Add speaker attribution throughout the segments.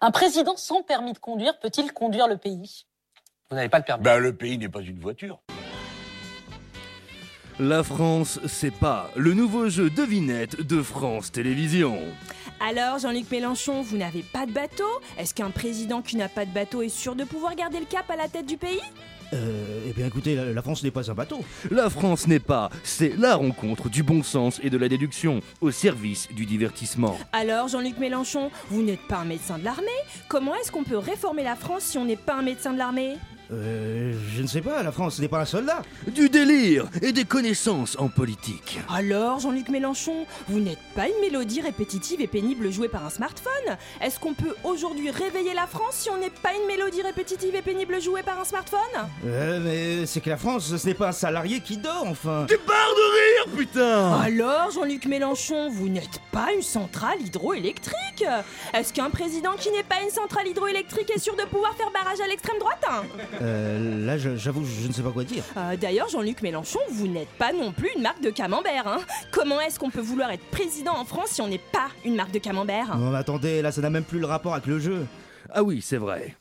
Speaker 1: Un président sans permis de conduire peut-il conduire le pays
Speaker 2: Vous n'avez pas le permis.
Speaker 3: Ben, le pays n'est pas une voiture.
Speaker 4: La France, c'est pas le nouveau jeu devinette de France Télévisions.
Speaker 5: Alors, Jean-Luc Mélenchon, vous n'avez pas de bateau Est-ce qu'un président qui n'a pas de bateau est sûr de pouvoir garder le cap à la tête du pays
Speaker 6: Euh, eh bien écoutez, la, la France n'est pas un bateau.
Speaker 4: La France n'est pas, c'est la rencontre du bon sens et de la déduction au service du divertissement.
Speaker 5: Alors, Jean-Luc Mélenchon, vous n'êtes pas un médecin de l'armée Comment est-ce qu'on peut réformer la France si on n'est pas un médecin de l'armée
Speaker 6: Euh, je ne sais pas, la France n'est pas un soldat.
Speaker 4: Du délire et des connaissances en politique.
Speaker 5: Alors, Jean-Luc Mélenchon, vous n'êtes pas une mélodie répétitive et pénible jouée par un smartphone Est-ce qu'on peut aujourd'hui réveiller la France si on n'est pas une mélodie répétitive et pénible jouée par un smartphone
Speaker 6: Euh, mais c'est que la France, ce n'est pas un salarié qui dort, enfin.
Speaker 4: Tu barres de rire, putain
Speaker 5: Alors, Jean-Luc Mélenchon, vous n'êtes pas une centrale hydroélectrique Est-ce qu'un président qui n'est pas une centrale hydroélectrique est sûr de pouvoir faire barrage à l'extrême droite hein
Speaker 6: Euh, là, je- j'avoue, je ne sais pas quoi dire.
Speaker 5: Euh, D'ailleurs, Jean-Luc Mélenchon, vous n'êtes pas non plus une marque de camembert. hein. Comment est-ce qu'on peut vouloir être président en France si on n'est pas une marque de camembert
Speaker 6: Non, mais attendez, là, ça n'a même plus le rapport avec le jeu.
Speaker 4: Ah oui, c'est vrai.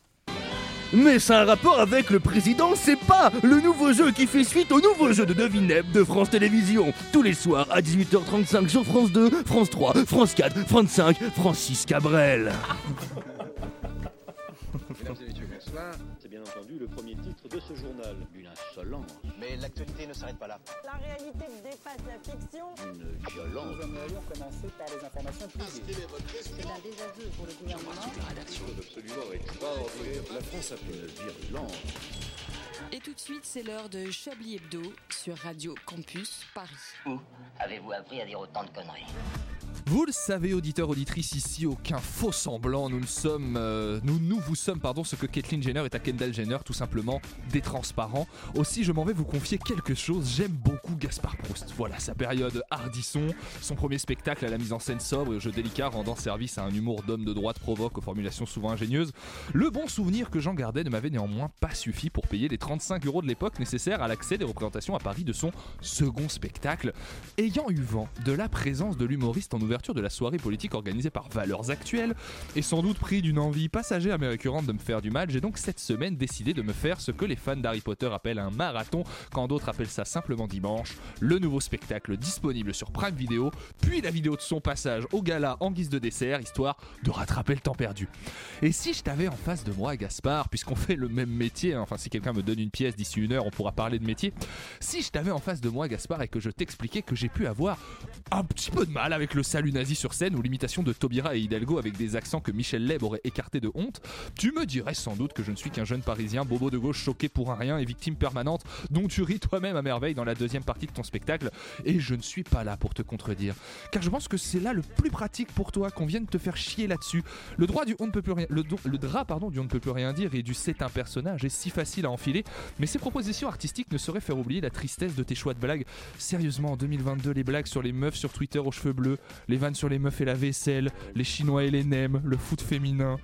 Speaker 4: Mais c'est un rapport avec le président, c'est pas le nouveau jeu qui fait suite au nouveau jeu de devinette de France Télévisions. Tous les soirs à 18h35 sur France 2, France 3, France 4, France 5, Francis Cabrel.
Speaker 7: Mesdames et messieurs, bonsoir. C'est bien entendu le premier titre de ce journal. Une insolence,
Speaker 8: Mais l'actualité ne s'arrête pas là.
Speaker 9: La réalité dépasse la fiction.
Speaker 7: une violence.
Speaker 10: Et tout de suite, c'est l'heure de Chablis Hebdo sur Radio Campus Paris.
Speaker 8: Où avez-vous appris à dire autant de conneries
Speaker 11: Vous le savez, auditeurs, auditrices, ici aucun faux semblant. Nous ne sommes, euh, nous, nous vous sommes, pardon, ce que Caitlyn Jenner est à Kendall Jenner, tout simplement des transparents. Aussi, je m'en vais vous confier quelque chose. J'aime beaucoup Gaspard Proust. Voilà sa période hardisson, son premier spectacle à la mise en scène sobre et au jeu délicat, rendant service à un humour d'homme de droite provoque aux formulations souvent ingénieuses. Le bon souvenir que j'en gardais ne m'avait néanmoins pas suffi pour payer les 35 euros de l'époque nécessaires à l'accès des représentations à Paris de son second spectacle. Ayant eu vent de la présence de l'humoriste en ouverture de la soirée politique organisée par Valeurs Actuelles, et sans doute pris d'une envie passagère mais récurrente de me faire du mal, j'ai donc cette semaine décidé de me faire ce que les fans d'Harry Potter appellent un marathon, quand d'autres appellent ça simplement dimanche, le nouveau spectacle disponible sur Prime Video, puis la vidéo de son passage au gala en guise de dessert, histoire de rattraper le temps perdu. Et si je t'avais en face de moi, Gaspard, puisqu'on fait le même métier, hein, enfin si quelqu'un me donne une pièce d'ici une heure, on pourra parler de métier, si je t'avais en face de moi, Gaspard, et que je t'expliquais que j'ai pu avoir un petit peu de mal avec le salut nazi sur scène ou l'imitation de Taubira et Hidalgo avec des accents que Michel Leb aurait écarté de honte, tu me dirais sans doute que je ne suis qu'un jeune parisien, bobo de gauche choqué pour un rien et victime permanente dont tu ris toi-même à merveille dans la deuxième partie de ton spectacle, et je ne suis pas là pour te contredire, car je pense que c'est là le plus pratique pour toi qu'on vienne te faire chier là-dessus. Le droit du on ne peut plus rien, le, do- le drap pardon du on ne peut plus rien dire et du c'est un personnage est si facile à enfiler mais ces propositions artistiques ne sauraient faire oublier la tristesse de tes choix de blagues. Sérieusement, en 2022, les blagues sur les meufs sur Twitter aux cheveux bleus, les vannes sur les meufs et la vaisselle, les Chinois et les nems, le foot féminin.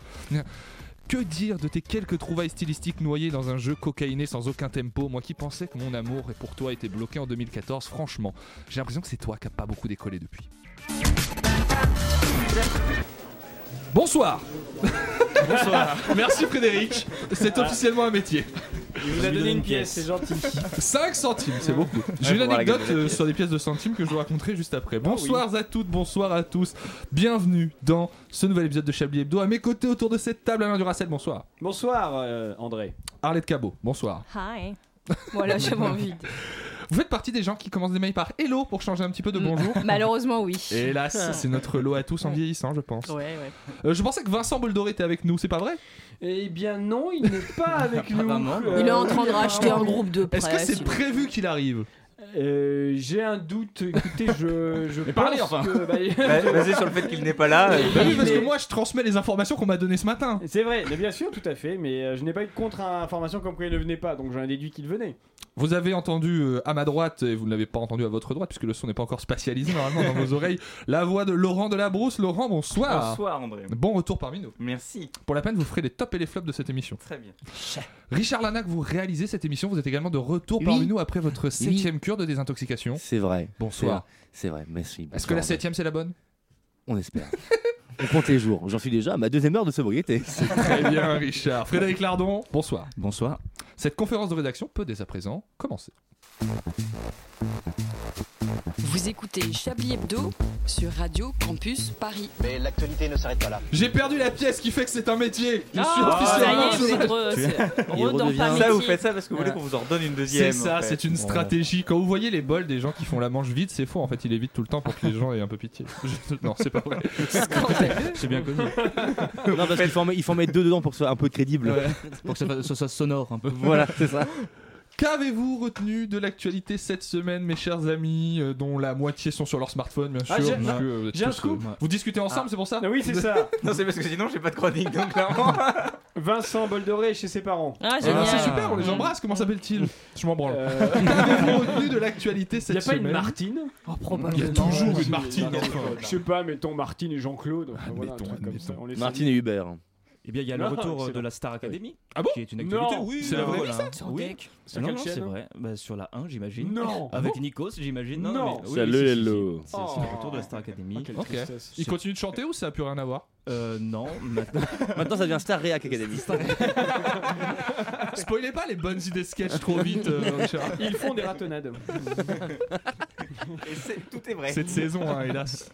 Speaker 11: Que dire de tes quelques trouvailles stylistiques noyées dans un jeu cocaïné sans aucun tempo Moi qui pensais que mon amour et pour toi était bloqué en 2014, franchement, j'ai l'impression que c'est toi qui n'as pas beaucoup décollé depuis. Bonsoir Bonsoir Merci Frédéric, c'est officiellement un métier.
Speaker 2: Il vous a donné une pièce, c'est gentil.
Speaker 11: 5 centimes, c'est beaucoup. J'ai une
Speaker 2: faut voir la
Speaker 11: anecdote
Speaker 2: gueule de la Ah
Speaker 11: euh, sur les pièces de centimes que je vous raconterai juste après. Bonsoir à toutes, bonsoir à tous. Bienvenue dans ce nouvel épisode de Chablis Hebdo. À mes côtés, autour de cette table, Alain Duracel, bonsoir.
Speaker 2: Bonsoir, euh, André.
Speaker 11: Arlette Cabot, bonsoir.
Speaker 5: Hi Voilà, j'ai envie.
Speaker 11: Vous faites partie des gens qui commencent des mails par hello pour changer un petit peu de
Speaker 5: Mm.
Speaker 11: bonjour.
Speaker 5: Malheureusement, oui.
Speaker 11: Hélas,
Speaker 2: Ah.
Speaker 11: c'est notre lot à tous en vieillissant, je pense.
Speaker 10: Hein. Ouais, ouais.
Speaker 11: Euh, je pensais que Vincent Boldoré était avec nous, c'est pas vrai
Speaker 2: Eh bien non, il n'est pas avec nous. Euh,
Speaker 10: Il est en train de racheter un groupe de presse.
Speaker 11: Est-ce que c'est prévu qu'il arrive
Speaker 2: Euh, J'ai un doute. Écoutez, je, je pense
Speaker 8: parlez, enfin.
Speaker 2: que- bah,
Speaker 8: Basé sur le fait qu'il n'est pas là. euh,
Speaker 2: Il
Speaker 11: Bah oui, parce
Speaker 2: est-
Speaker 11: que moi je transmets les informations qu'on m'a données ce matin.
Speaker 2: C'est vrai, mais bien sûr, tout à fait, mais euh, je n'ai pas eu de contre-information comme quoi il ne venait pas, donc j'en ai déduit qu'il venait.
Speaker 11: Vous avez entendu euh, à ma droite, et vous ne l'avez pas entendu à votre droite, puisque le son n'est pas encore spatialisé normalement dans vos oreilles, la voix de Laurent de la Brousse. Laurent, bonsoir.
Speaker 8: Bonsoir André.
Speaker 11: Bon retour parmi nous.
Speaker 8: Merci.
Speaker 11: Pour la peine, vous ferez les tops et les flops de cette émission.
Speaker 8: Très bien.
Speaker 11: Richard Lanac, vous réalisez cette émission. Vous êtes également de retour
Speaker 12: Oui.
Speaker 11: parmi nous après votre septième cure de désintoxication.
Speaker 12: C'est vrai.
Speaker 11: Bonsoir.
Speaker 12: C'est vrai, merci.
Speaker 11: Est-ce que la
Speaker 12: Bonsoir,
Speaker 11: septième c'est la bonne
Speaker 12: On espère.
Speaker 4: On compte les jours. J'en suis déjà à ma deuxième heure de sobriété.
Speaker 11: Très bien, Richard. Frédéric Lardon, bonsoir.
Speaker 6: Bonsoir.
Speaker 11: Cette conférence de rédaction peut dès à présent commencer.
Speaker 10: Vous écoutez Chablis Hebdo sur Radio Campus Paris.
Speaker 8: Mais l'actualité ne s'arrête pas là.
Speaker 11: J'ai perdu la pièce qui fait que c'est un métier. Je suis
Speaker 1: Ah, ça y
Speaker 11: officiellement
Speaker 1: est, vous êtes re- c'est-
Speaker 6: Il
Speaker 1: re dans
Speaker 6: redevient-
Speaker 1: pas
Speaker 6: Ça,
Speaker 8: Ça, vous
Speaker 1: métier.
Speaker 8: faites ça parce que vous voulez qu'on vous en redonne une
Speaker 11: C'est
Speaker 8: deuxième.
Speaker 11: ça, c'est une stratégie. Quand vous voyez les bols des gens qui font la manche vide, c'est faux. En fait, il est vide tout le temps pour que les gens aient un peu pitié. Je- Non, c'est pas vrai.
Speaker 6: C'est bien connu.
Speaker 4: non, parce qu'il faut, en met- il faut en mettre deux dedans pour que ce soit un peu crédible.
Speaker 6: Pour que ça, soit sonore un peu.
Speaker 4: Voilà, c'est ça.
Speaker 11: Qu'avez-vous retenu de l'actualité cette semaine, mes chers amis, euh, dont la moitié sont sur leur smartphone, bien sûr
Speaker 2: Ah, j'ai-
Speaker 11: parce que, euh, vous êtes
Speaker 2: j'ai un
Speaker 11: tous,
Speaker 2: scoop.
Speaker 11: euh, Vous discutez ensemble, c'est pour ça
Speaker 2: Ah oui, c'est ça.
Speaker 8: Non, c'est parce que sinon j'ai pas de chronique, donc clairement.
Speaker 2: Vincent Boldoré est chez ses parents.
Speaker 1: Ah,
Speaker 11: Ah,
Speaker 1: génial.
Speaker 11: c'est super, on les
Speaker 10: Mmh.
Speaker 1: Mm.
Speaker 11: embrasse. Comment s'appelle-t-il Je m'en branle.
Speaker 2: Euh,
Speaker 11: Qu'avez-vous retenu de l'actualité
Speaker 2: y a
Speaker 11: cette
Speaker 2: pas une
Speaker 11: semaine
Speaker 2: Martine
Speaker 11: Il y a toujours une
Speaker 2: Oh, Non,
Speaker 11: Martine.
Speaker 2: non, Je sais pas, mettons Martine et Jean-Claude. Enfin, voilà, un
Speaker 11: Admettons,
Speaker 2: truc comme ça.
Speaker 11: admettons.
Speaker 2: On les
Speaker 4: Martine et Hubert.
Speaker 6: Eh bien, il y a le
Speaker 2: Ah,
Speaker 6: retour
Speaker 2: excellent.
Speaker 6: de la Star Academy.
Speaker 11: Ah bon
Speaker 6: Qui est une
Speaker 2: Non,
Speaker 6: actualité. oui,
Speaker 11: c'est la vraie
Speaker 6: voilà.
Speaker 11: vie,
Speaker 6: Oui.
Speaker 2: Sur
Speaker 6: non,
Speaker 2: quelle
Speaker 6: non, c'est
Speaker 2: chaîne
Speaker 6: vrai. Bah, sur la 1, j'imagine.
Speaker 2: Non
Speaker 6: Avec Nikos, j'imagine.
Speaker 2: Non.
Speaker 6: mais- Ah,
Speaker 4: Salut,
Speaker 6: si, si, si.
Speaker 4: hello.
Speaker 6: C'est c'est
Speaker 2: Oh.
Speaker 6: le retour de la Star Academy.
Speaker 2: Quelle
Speaker 11: Ok.
Speaker 2: tristesse.
Speaker 11: Il continue de chanter ou ça a plus rien à voir
Speaker 6: Euh, non, maintenant.
Speaker 4: Maintenant, ça devient Star React Academy.
Speaker 11: Spoilez pas les bonnes idées sketch trop vite, euh, Richard.
Speaker 2: Ils font des ratonnades.
Speaker 8: Et c'est- tout est vrai.
Speaker 11: Cette saison, hein, hélas.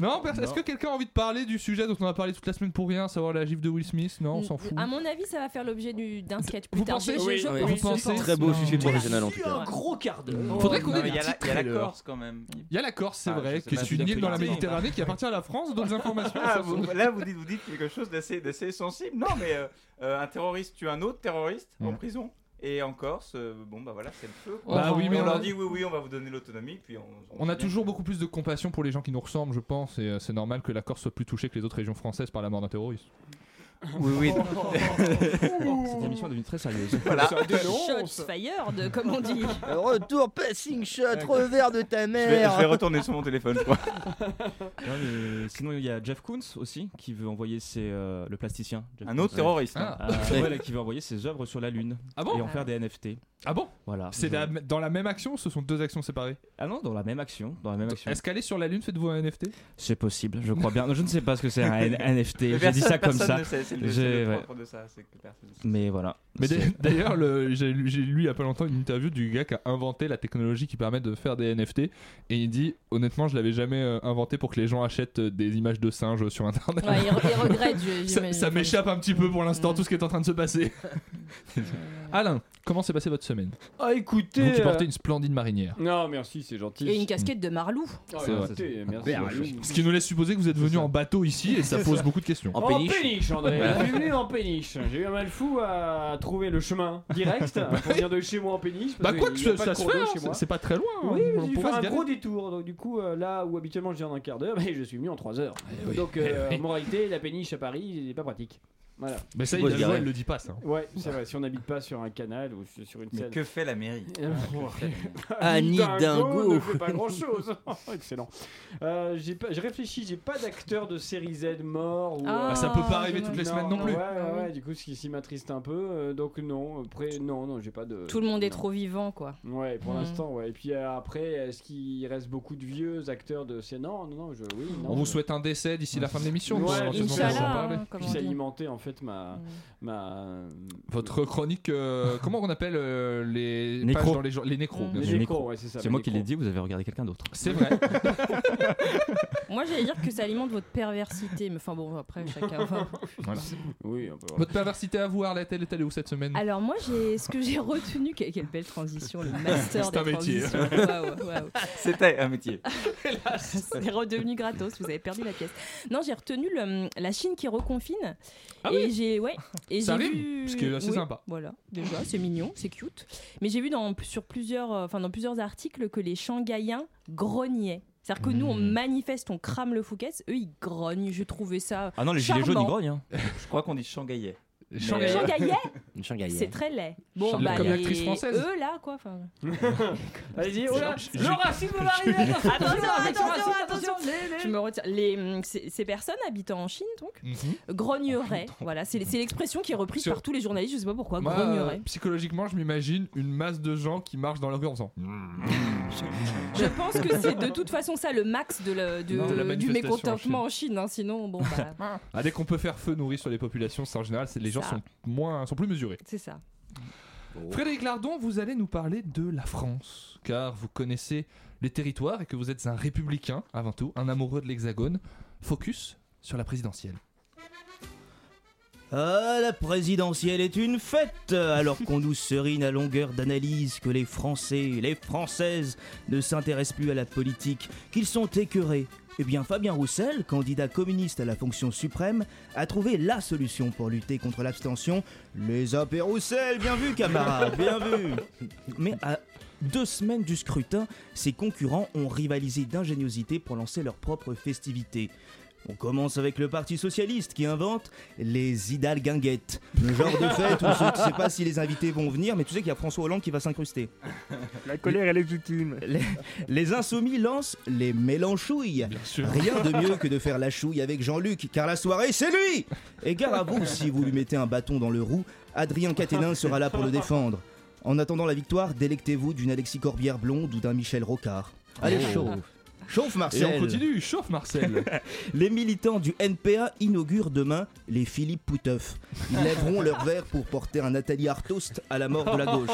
Speaker 11: Non, personne- est-ce
Speaker 6: Non.
Speaker 11: que quelqu'un a envie de parler du sujet dont on a parlé toute la semaine pour rien, à savoir la gifle de Will Smith Non, on s'en fout.
Speaker 5: À mon avis, ça va faire l'objet du- d'un sketch plus
Speaker 11: Vous
Speaker 5: tard.
Speaker 11: pensez
Speaker 5: Je- je-
Speaker 2: Oui,
Speaker 5: je
Speaker 2: oui.
Speaker 5: pense.
Speaker 11: Vous pensez
Speaker 4: Très beau sujet professionnel en tout
Speaker 2: Un
Speaker 4: cas.
Speaker 2: gros quart d'heure.
Speaker 11: Faudrait qu'on
Speaker 8: Non, mais
Speaker 11: ait
Speaker 8: il y
Speaker 11: des
Speaker 8: a la-
Speaker 11: petits
Speaker 8: il y a la
Speaker 11: trailers.
Speaker 8: Corse quand même.
Speaker 11: Il y a la Corse, c'est
Speaker 8: Ah, je
Speaker 11: vrai,
Speaker 8: sais
Speaker 11: qui
Speaker 8: pas,
Speaker 11: est
Speaker 8: c'est
Speaker 11: une île dans la
Speaker 8: d'actualité.
Speaker 11: Méditerranée qui appartient à la France. D'autres informations
Speaker 8: Ah,
Speaker 11: ça,
Speaker 8: vous-
Speaker 11: ça-
Speaker 8: là, vous dites, vous dites quelque chose d'assez, d'assez sensible. Non, mais euh, euh, un terroriste tue un autre terroriste en
Speaker 11: Mm.
Speaker 8: prison. Et en Corse, euh, bon, bah voilà, c'est le feu. quoi.
Speaker 11: Bah
Speaker 8: Et
Speaker 11: oui, mais
Speaker 8: on
Speaker 11: on
Speaker 8: leur
Speaker 11: a,
Speaker 8: dit oui, oui, on va vous donner l'autonomie. Puis on, on-
Speaker 11: on a toujours beaucoup plus de compassion pour les gens qui nous ressemblent, je pense, et euh, c'est normal que la Corse soit plus touchée que les autres régions françaises par la mort d'un terroriste.
Speaker 6: Oui, oui. Cette émission est devenue très sérieuse.
Speaker 8: Voilà.
Speaker 5: Shots fired, comme on dit.
Speaker 4: Retour passing shot, revers de ta
Speaker 8: Je vais, je vais retourner sur mon téléphone, je crois. euh,
Speaker 6: Non, mais sinon, il y a Jeff Koons aussi qui veut envoyer ses. euh, le plasticien. Jeff
Speaker 8: Un
Speaker 6: Koons.
Speaker 8: autre terroriste. hein.
Speaker 11: Ah,
Speaker 6: Ah, voilà, qui veut envoyer ses œuvres sur la Lune
Speaker 11: Ah
Speaker 6: et
Speaker 11: bon
Speaker 6: en faire des NFT.
Speaker 11: Ah bon
Speaker 6: Voilà.
Speaker 11: C'est
Speaker 6: Je-
Speaker 11: la- dans la même action ce sont deux actions séparées
Speaker 6: Ah non, dans la même action. Dans la même action.
Speaker 11: Est-ce qu'aller sur la Lune, faites-vous un NFT
Speaker 6: C'est possible, je crois bien. Non, Je ne sais pas ce que c'est un N-
Speaker 8: Mais
Speaker 6: NFT. J'ai dit
Speaker 8: personne-
Speaker 6: ça comme
Speaker 8: personne
Speaker 6: ça.
Speaker 8: ne sait, C'est le,
Speaker 6: J'ai-
Speaker 8: c'est le
Speaker 6: ouais.
Speaker 8: propre de ça, c'est que personne ne sait.
Speaker 6: Mais voilà.
Speaker 11: Mais
Speaker 6: C'est-
Speaker 11: d'ailleurs- d'ailleurs, le- j'ai lu j'ai lu il y a pas longtemps une interview du gars qui a inventé la technologie qui permet de faire des NFT et il dit honnêtement, je l'avais jamais euh, inventé pour que les gens achètent euh, des images de singes sur internet.
Speaker 5: Ouais, il, re- il regrette. je-
Speaker 11: ça
Speaker 5: j'imagine.
Speaker 11: ça m'échappe un petit peu pour l'instant
Speaker 5: Mm.
Speaker 11: tout ce qui est en train de se passer. Alain, comment s'est passée votre semaine
Speaker 2: Ah, écoutez.
Speaker 11: Vous qui
Speaker 2: euh,
Speaker 11: portez une splendide marinière.
Speaker 2: Non, merci, c'est gentil.
Speaker 5: Et une casquette de Marlou.
Speaker 2: Ah,
Speaker 11: C'est vrai.
Speaker 2: écoutez,
Speaker 4: Merde.
Speaker 2: merci.
Speaker 11: Ce qui nous laisse supposer que vous êtes venu en bateau ici et ça pose beaucoup de questions.
Speaker 4: En
Speaker 2: En péniche,
Speaker 4: péniche.
Speaker 2: André. Je suis venu en péniche. J'ai eu un mal fou à trouver le chemin direct pour venir de chez moi en péniche. parce
Speaker 11: Bah
Speaker 2: que
Speaker 11: quoi
Speaker 2: il
Speaker 11: que
Speaker 2: y a pas
Speaker 11: ça
Speaker 2: de
Speaker 11: se
Speaker 2: cours
Speaker 11: fait,
Speaker 2: d'eau
Speaker 11: hein,
Speaker 2: chez moi.
Speaker 11: c'est pas très loin. hein,
Speaker 2: Oui, mais
Speaker 11: on
Speaker 2: j'ai dû
Speaker 11: pourrait
Speaker 2: faire
Speaker 11: se
Speaker 2: un
Speaker 11: garer.
Speaker 2: gros détour. Donc, du coup, euh, là où habituellement je viens en un quart d'heure, bah, je suis venu en trois heures.
Speaker 11: Eh
Speaker 2: Donc, euh, en réalité, la péniche à Paris, c'est pas pratique. Voilà.
Speaker 11: Mais ça,
Speaker 4: Faut se
Speaker 11: il
Speaker 4: garer.
Speaker 11: elle le dit pas ça.
Speaker 2: Ouais, c'est vrai. Si on n'habite pas sur un canal ou sur une
Speaker 8: Mais
Speaker 2: scène.
Speaker 8: que fait la mairie
Speaker 4: Ah, Annie Dingo.
Speaker 2: ne fait pas grand chose. Excellent. Euh, j'ai pas- j'ai réfléchi, j'ai pas d'acteur de série Z mort. Ou, euh,
Speaker 5: Ah,
Speaker 11: Bah, ça peut pas arriver toutes les
Speaker 5: dommage.
Speaker 11: semaines non plus. Ah
Speaker 2: Ouais, ouais, ouais, du coup, ce qui s'y m'attriste un peu. euh, donc, non, après, non, non, j'ai pas de.
Speaker 5: Tout le monde est trop vivant, quoi.
Speaker 2: Ouais, pour
Speaker 5: Mm.
Speaker 2: l'instant, ouais. Et puis euh, après, est-ce qu'il reste beaucoup de vieux acteurs de ces. Non, non, non, je. Oui, non.
Speaker 11: On vous
Speaker 2: je-
Speaker 11: souhaite un décès d'ici la fin de l'émission.
Speaker 2: Ouais,
Speaker 11: pour éventuellement
Speaker 2: Inch'Allah,
Speaker 11: pouvoir en
Speaker 5: hein,
Speaker 11: parler.
Speaker 5: comme on
Speaker 2: puisse
Speaker 5: dit.
Speaker 2: alimenter en fait ma.
Speaker 5: Mm.
Speaker 2: ma...
Speaker 11: Votre chronique, euh, comment on appelle euh, les pages
Speaker 6: Nécro.
Speaker 11: dans les, jour- les nécros
Speaker 5: Mm.
Speaker 11: bien
Speaker 2: Les
Speaker 11: sûr.
Speaker 6: Les
Speaker 2: nécros,
Speaker 6: nécros.
Speaker 2: ouais, c'est ça.
Speaker 6: C'est
Speaker 2: les
Speaker 6: moi qui l'ai
Speaker 2: nécros.
Speaker 6: dit, vous avez regardé quelqu'un d'autre.
Speaker 11: C'est vrai.
Speaker 5: Moi, j'allais dire que ça alimente votre perversité. Mais enfin, bon, après, chacun. va.
Speaker 2: Oui, un peu. Ah.
Speaker 11: Votre perversité à vous, Arlette, elle est allée où cette semaine
Speaker 5: Alors moi, j'ai ce que j'ai retenu, quelle, quelle belle transition, le master
Speaker 11: C'est un
Speaker 5: des
Speaker 11: métier.
Speaker 5: transitions. Waouh, waouh.
Speaker 8: C'était un métier.
Speaker 5: C'est redevenu gratos, vous avez perdu la pièce. Non, j'ai retenu le- la Chine qui reconfine.
Speaker 11: Ah
Speaker 5: et j'ai ouais, et
Speaker 11: Ça
Speaker 5: j'ai
Speaker 11: rime,
Speaker 5: vu-
Speaker 11: ce qui est assez
Speaker 5: oui,
Speaker 11: sympa.
Speaker 5: Voilà, déjà, c'est mignon, c'est cute. Mais j'ai vu dans, sur plusieurs, euh, enfin, dans plusieurs articles que les Shanghaïens grognaient. C'est-à-dire que nous, on
Speaker 11: Hmm.
Speaker 5: manifeste, on crame le Fouquet, eux, ils grognent. Je trouvais ça.
Speaker 6: Ah non, les
Speaker 5: Charmant.
Speaker 6: gilets jaunes, ils grognent. hein. euh,
Speaker 8: Je crois qu'on dit Shanghaïais.
Speaker 11: Shanghai.
Speaker 5: Shanghaïais
Speaker 3: Shanghai.
Speaker 5: C'est très laid. Bon,
Speaker 11: Comme
Speaker 5: bah,
Speaker 11: l'actrice
Speaker 5: les-
Speaker 11: française.
Speaker 5: Eux, là, quoi. enfin.
Speaker 2: Allez-y, oh là,
Speaker 11: Je-
Speaker 2: le racisme va arriver
Speaker 5: attention, attention,
Speaker 2: racisme,
Speaker 5: attention, Je me retire. Les, hum, ces ces personnes habitant en Chine, donc,
Speaker 11: Mhm.
Speaker 5: grogneraient. Voilà, c'est c'est l'expression qui est reprise
Speaker 11: Mm. Sur-
Speaker 5: par tous les journalistes, je sais pas pourquoi,
Speaker 11: Moi, euh,
Speaker 5: grogneraient.
Speaker 11: psychologiquement, je m'imagine une masse de gens qui marchent dans la rue en faisant.
Speaker 5: Je pense que c'est de toute façon ça le max de le- de-
Speaker 11: euh, Non, de la
Speaker 5: du
Speaker 11: manifestation
Speaker 5: mécontentement en Chine, hein, sinon, bon, bah,
Speaker 11: Ah, dès qu'on peut faire feu nourri sur les populations, c'est en général, c'est- les gens
Speaker 5: Ça.
Speaker 11: sont moins, sont plus mesurés.
Speaker 5: c'est ça.
Speaker 11: Frédéric Lardon, vous allez nous parler de la France, car vous connaissez les territoires et que vous êtes un républicain avant tout, un amoureux de l'Hexagone. Focus sur la présidentielle.
Speaker 3: Ah, la présidentielle est une fête Alors qu'on nous serine à longueur d'analyse que les Français, les Françaises ne s'intéressent plus à la politique, qu'ils sont écœurés. Eh bien, Fabien Roussel, candidat communiste à la fonction suprême, a trouvé la solution pour lutter contre l'abstention. Les apéros Roussel, bien vu, camarade, bien vu Mais à deux semaines du scrutin, ses concurrents ont rivalisé d'ingéniosité pour lancer leur propre festivité. On commence avec le Parti Socialiste qui invente les idales guinguettes. Le genre de fête où je- tu sais pas si les invités vont venir, mais tu sais qu'il y a François Hollande qui va s'incruster.
Speaker 12: La colère est légitime.
Speaker 3: Les, les Insoumis lancent les mélanchouilles. Rien de mieux que de faire la chouille avec Jean-Luc, car la soirée, c'est lui Et gare à vous, si vous lui mettez un bâton dans le roux, Adrien Caténin sera là pour le défendre. En attendant la victoire, délectez-vous d'une Alexis Corbière blonde ou d'un Michel Rocard. Allez,
Speaker 11: Oh.
Speaker 3: chaud Chauffe Marcel
Speaker 11: Et on continue, chauffe Marcel
Speaker 3: les militants du NPA inaugurent demain les Philippe Pouteuf. Ils lèveront leur verre pour porter un Nathalie Artoust à la mort de la gauche.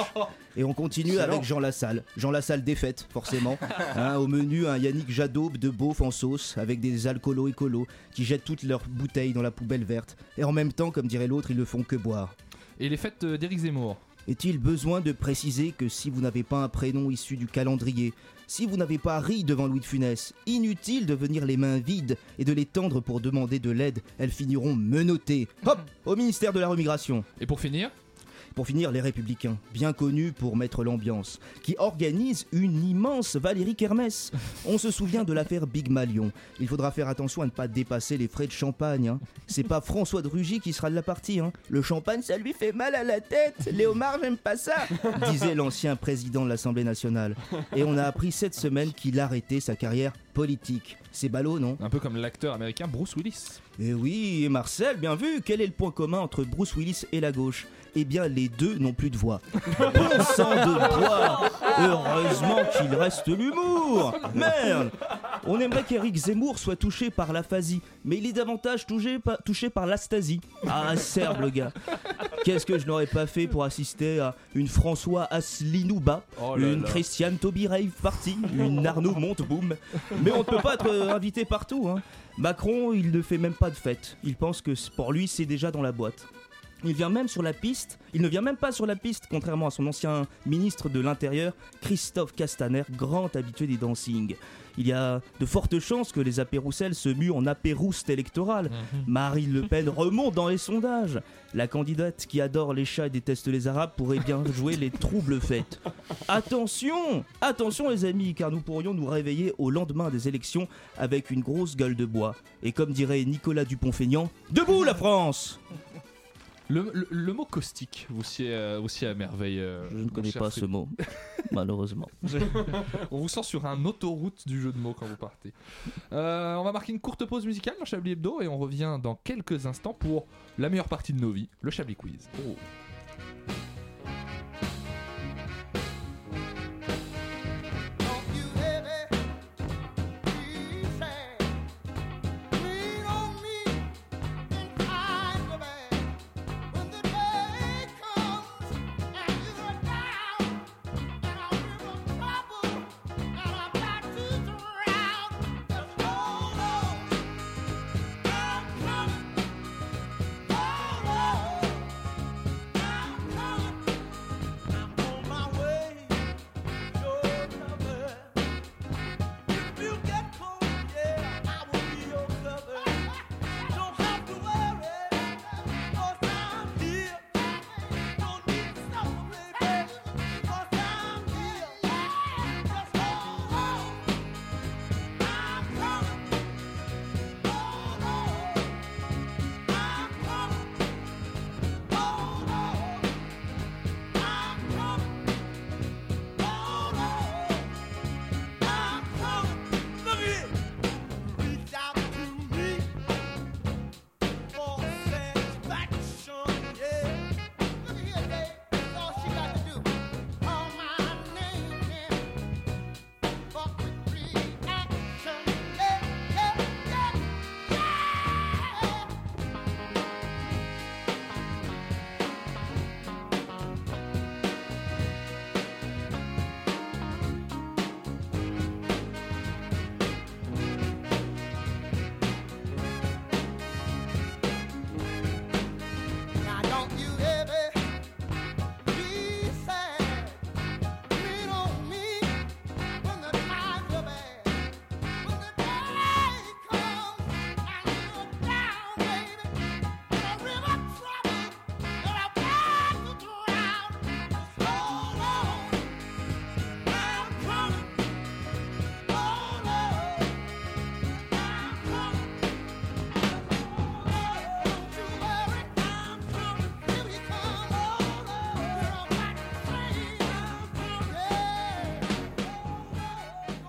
Speaker 3: Et on continue
Speaker 12: Excellent.
Speaker 3: avec Jean Lassalle. Jean Lassalle défaite, forcément. Hein, au menu, un Yannick Jadot de beauf en sauce avec des alcoolos écolos qui jettent toutes leurs bouteilles dans la poubelle verte. Et en même temps, comme dirait l'autre, ils ne font que boire.
Speaker 11: Et les fêtes euh, d'Éric Zemmour
Speaker 3: Est-il besoin de préciser que si vous n'avez pas un prénom issu du calendrier, si vous n'avez pas ri devant Louis de Funès, inutile de venir les mains vides et de les tendre pour demander de l'aide, elles finiront menottées. Hop Au ministère de la Remigration.
Speaker 11: Et pour finir
Speaker 3: pour finir, les Républicains, bien connus pour mettre l'ambiance, qui organisent une immense Valérie Kermesse. On se souvient de l'affaire Big Malion. Il faudra faire attention à ne pas dépasser les frais de champagne. hein. C'est pas François de Rugy qui sera de la partie. hein. Le champagne, ça lui fait mal à la tête. Léomard, j'aime pas ça disait l'ancien président de l'Assemblée nationale. Et on a appris cette semaine qu'il arrêtait sa carrière politique. C'est ballot, non
Speaker 11: Un peu comme l'acteur américain Bruce Willis.
Speaker 3: Et oui, et Marcel, bien vu, quel est le point commun entre Bruce Willis et la gauche Eh bien, les deux n'ont plus de voix. Bon sang de bois Heureusement qu'il reste l'humour Merde On aimerait qu'Éric Zemmour soit touché par l'aphasie, mais il est davantage touché, par- touché par l'astasie. Ah, serbe le gars Qu'est-ce que je n'aurais pas fait pour assister à une François Aslinouba,
Speaker 11: Oh là
Speaker 3: une
Speaker 11: là.
Speaker 3: Christiane Toby Rave Party, une Arnaud Monteboom. Mais on ne peut pas être euh, invité partout. hein. Macron, il ne fait même pas de fête. Il pense que c- pour lui, c'est déjà dans la boîte. Il vient même sur la piste. Il ne vient même pas sur la piste, contrairement à son ancien ministre de l'Intérieur, Christophe Castaner, grand habitué des dancings. Il y a de fortes chances que les apéroussels se muent en apérouste électorale. Marine Le Pen remonte dans les sondages. La candidate qui adore les chats et déteste les Arabes pourrait bien jouer les troubles fêtes. Attention Attention les amis, car nous pourrions nous réveiller au lendemain des élections avec une grosse gueule de bois. Et comme dirait Nicolas Dupont-Aignan, debout la France
Speaker 11: Le, le- le mot caustique, vous s'y euh, vous siez à merveille. euh, je ne
Speaker 3: Je connais pas ce mot, malheureusement.
Speaker 11: on vous sent sur un autoroute du jeu de mots quand vous partez. Euh, on va marquer une courte pause musicale dans Chablis Hebdo et on revient dans quelques instants pour la meilleure partie de nos vies, le Chablis Quiz.
Speaker 13: I'm coming.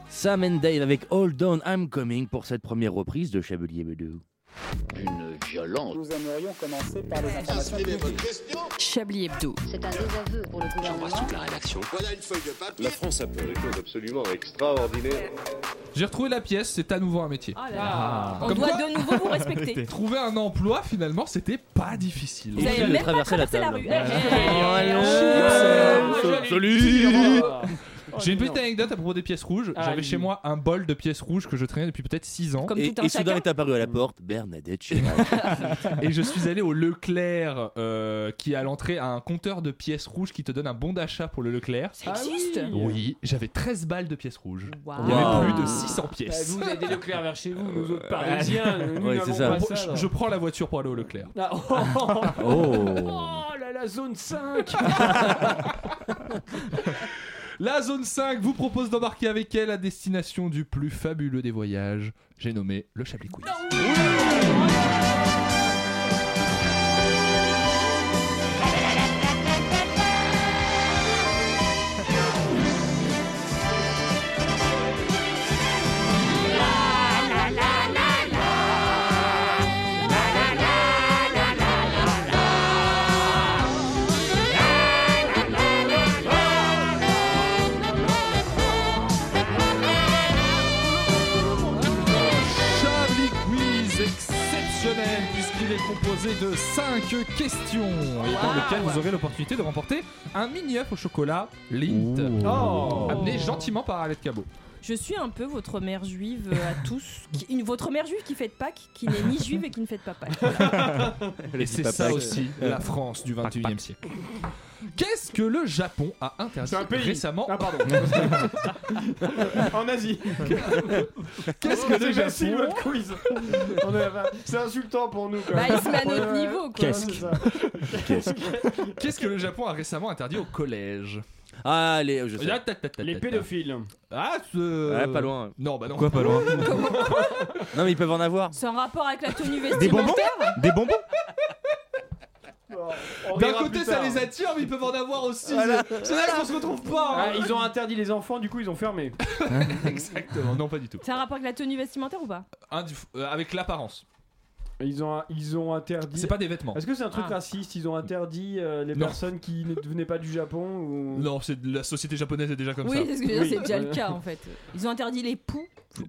Speaker 4: Sam and Dave avec Hold On I'm Coming pour cette première reprise de Chabelier Bedou. Une violence.
Speaker 13: Nous aimerions commencer par les informations
Speaker 10: Chablis Hebdo.
Speaker 13: C'est un désaveu pour le gouvernement.
Speaker 7: La rédaction. Voilà une feuille de papier. La France a fait des choses absolument extraordinaires.
Speaker 11: J'ai retrouvé la pièce, c'est à nouveau un métier.
Speaker 5: là là. Ah. On doit de nouveau vous respecter.
Speaker 11: Trouver un emploi, finalement, c'était pas difficile. Oh,
Speaker 5: Vous avez même pas traversé la rue. Eh, eh,
Speaker 11: Salut Oh, J'ai une petite anecdote à propos des pièces rouges. J'avais chez moi un bol de pièces rouges que je traînais depuis peut-être 6 ans.
Speaker 4: et et soudain est apparu à la porte Bernadette Chirac.
Speaker 11: Et je suis allé au Leclerc euh, qui à l'entrée a un compteur de pièces rouges qui te donne un bon d'achat pour le Leclerc.
Speaker 5: Ça existe
Speaker 11: Oui, j'avais 13 balles de pièces rouges.
Speaker 5: Wow.
Speaker 11: Il y avait
Speaker 2: Wow.
Speaker 11: plus de 600 pièces.
Speaker 2: Bah, vous avez des Leclerc vers chez vous, nous autres Parisiens. nous n'avons pas
Speaker 11: Bon,
Speaker 2: ça,
Speaker 11: je, je prends la voiture pour aller au Leclerc.
Speaker 2: Ah, oh, Oh là la zone 5
Speaker 11: La zone 5 vous propose d'embarquer avec elle à destination du plus fabuleux des voyages. J'ai nommé le Chablis Quiz. Chablis Quiz exceptionnel puisqu'il est composé de 5 questions et dans lequel vous aurez l'opportunité de remporter un mini œuf au chocolat Lint
Speaker 2: Oh.
Speaker 11: amené gentiment par Arlette Cabot.
Speaker 5: Je suis un peu votre mère juive euh, à tous. qui- une- votre mère juive qui fête Pâques, qui n'est ni juive et qui ne fête pas Pâques.
Speaker 11: Et c'est ça aussi la France du 21e siècle. Qu'est-ce que le Japon a interdit
Speaker 2: C'est un pays.
Speaker 11: récemment
Speaker 2: Ah, pardon. en Asie.
Speaker 11: Qu'est-ce que
Speaker 2: Oh, c'est
Speaker 11: le
Speaker 2: facile,
Speaker 11: Japon
Speaker 2: votre quiz On est- enfin, C'est insultant pour nous. Quoi.
Speaker 5: Bah, il se met à notre
Speaker 2: Ouais,
Speaker 5: niveau, quoi.
Speaker 2: ouais,
Speaker 11: Casque.
Speaker 2: c'est ça.
Speaker 11: Qu'est-ce que le Japon a récemment interdit au collège
Speaker 4: Ah, les, je sais.
Speaker 11: Ta, ta, ta, ta,
Speaker 2: Les
Speaker 11: ta.
Speaker 2: pédophiles.
Speaker 11: Ah, ce-
Speaker 4: Ouais, pas loin.
Speaker 11: Non, bah non.
Speaker 3: Quoi, pas loin
Speaker 4: Non, mais ils peuvent en avoir.
Speaker 5: C'est en rapport avec la tenue
Speaker 3: Des bonbons
Speaker 5: vestimentaire
Speaker 3: Des bonbons
Speaker 2: On
Speaker 11: D'un
Speaker 2: rira
Speaker 11: côté,
Speaker 2: plus
Speaker 11: ça
Speaker 2: tard.
Speaker 11: les attire, mais ils peuvent en avoir aussi.
Speaker 2: Voilà.
Speaker 11: C'est là qu'on se retrouve pas. hein.
Speaker 2: Ah, ils ont interdit les enfants, du coup ils ont fermé.
Speaker 11: Exactement, non, pas du tout.
Speaker 5: C'est un rapport avec la tenue vestimentaire ou pas
Speaker 11: Un du- euh, avec l'apparence.
Speaker 2: Ils ont, ils ont interdit.
Speaker 11: C'est pas des vêtements.
Speaker 2: Est-ce que c'est un truc
Speaker 5: Ah.
Speaker 2: raciste Ils ont interdit euh, les
Speaker 11: Non.
Speaker 2: personnes qui ne venaient pas du Japon ou...
Speaker 11: Non, c'est la société japonaise est déjà comme
Speaker 5: Oui,
Speaker 11: ça.
Speaker 5: c'est ce que je veux dire,
Speaker 2: Oui.
Speaker 5: c'est déjà le cas en fait. Ils ont interdit les poux.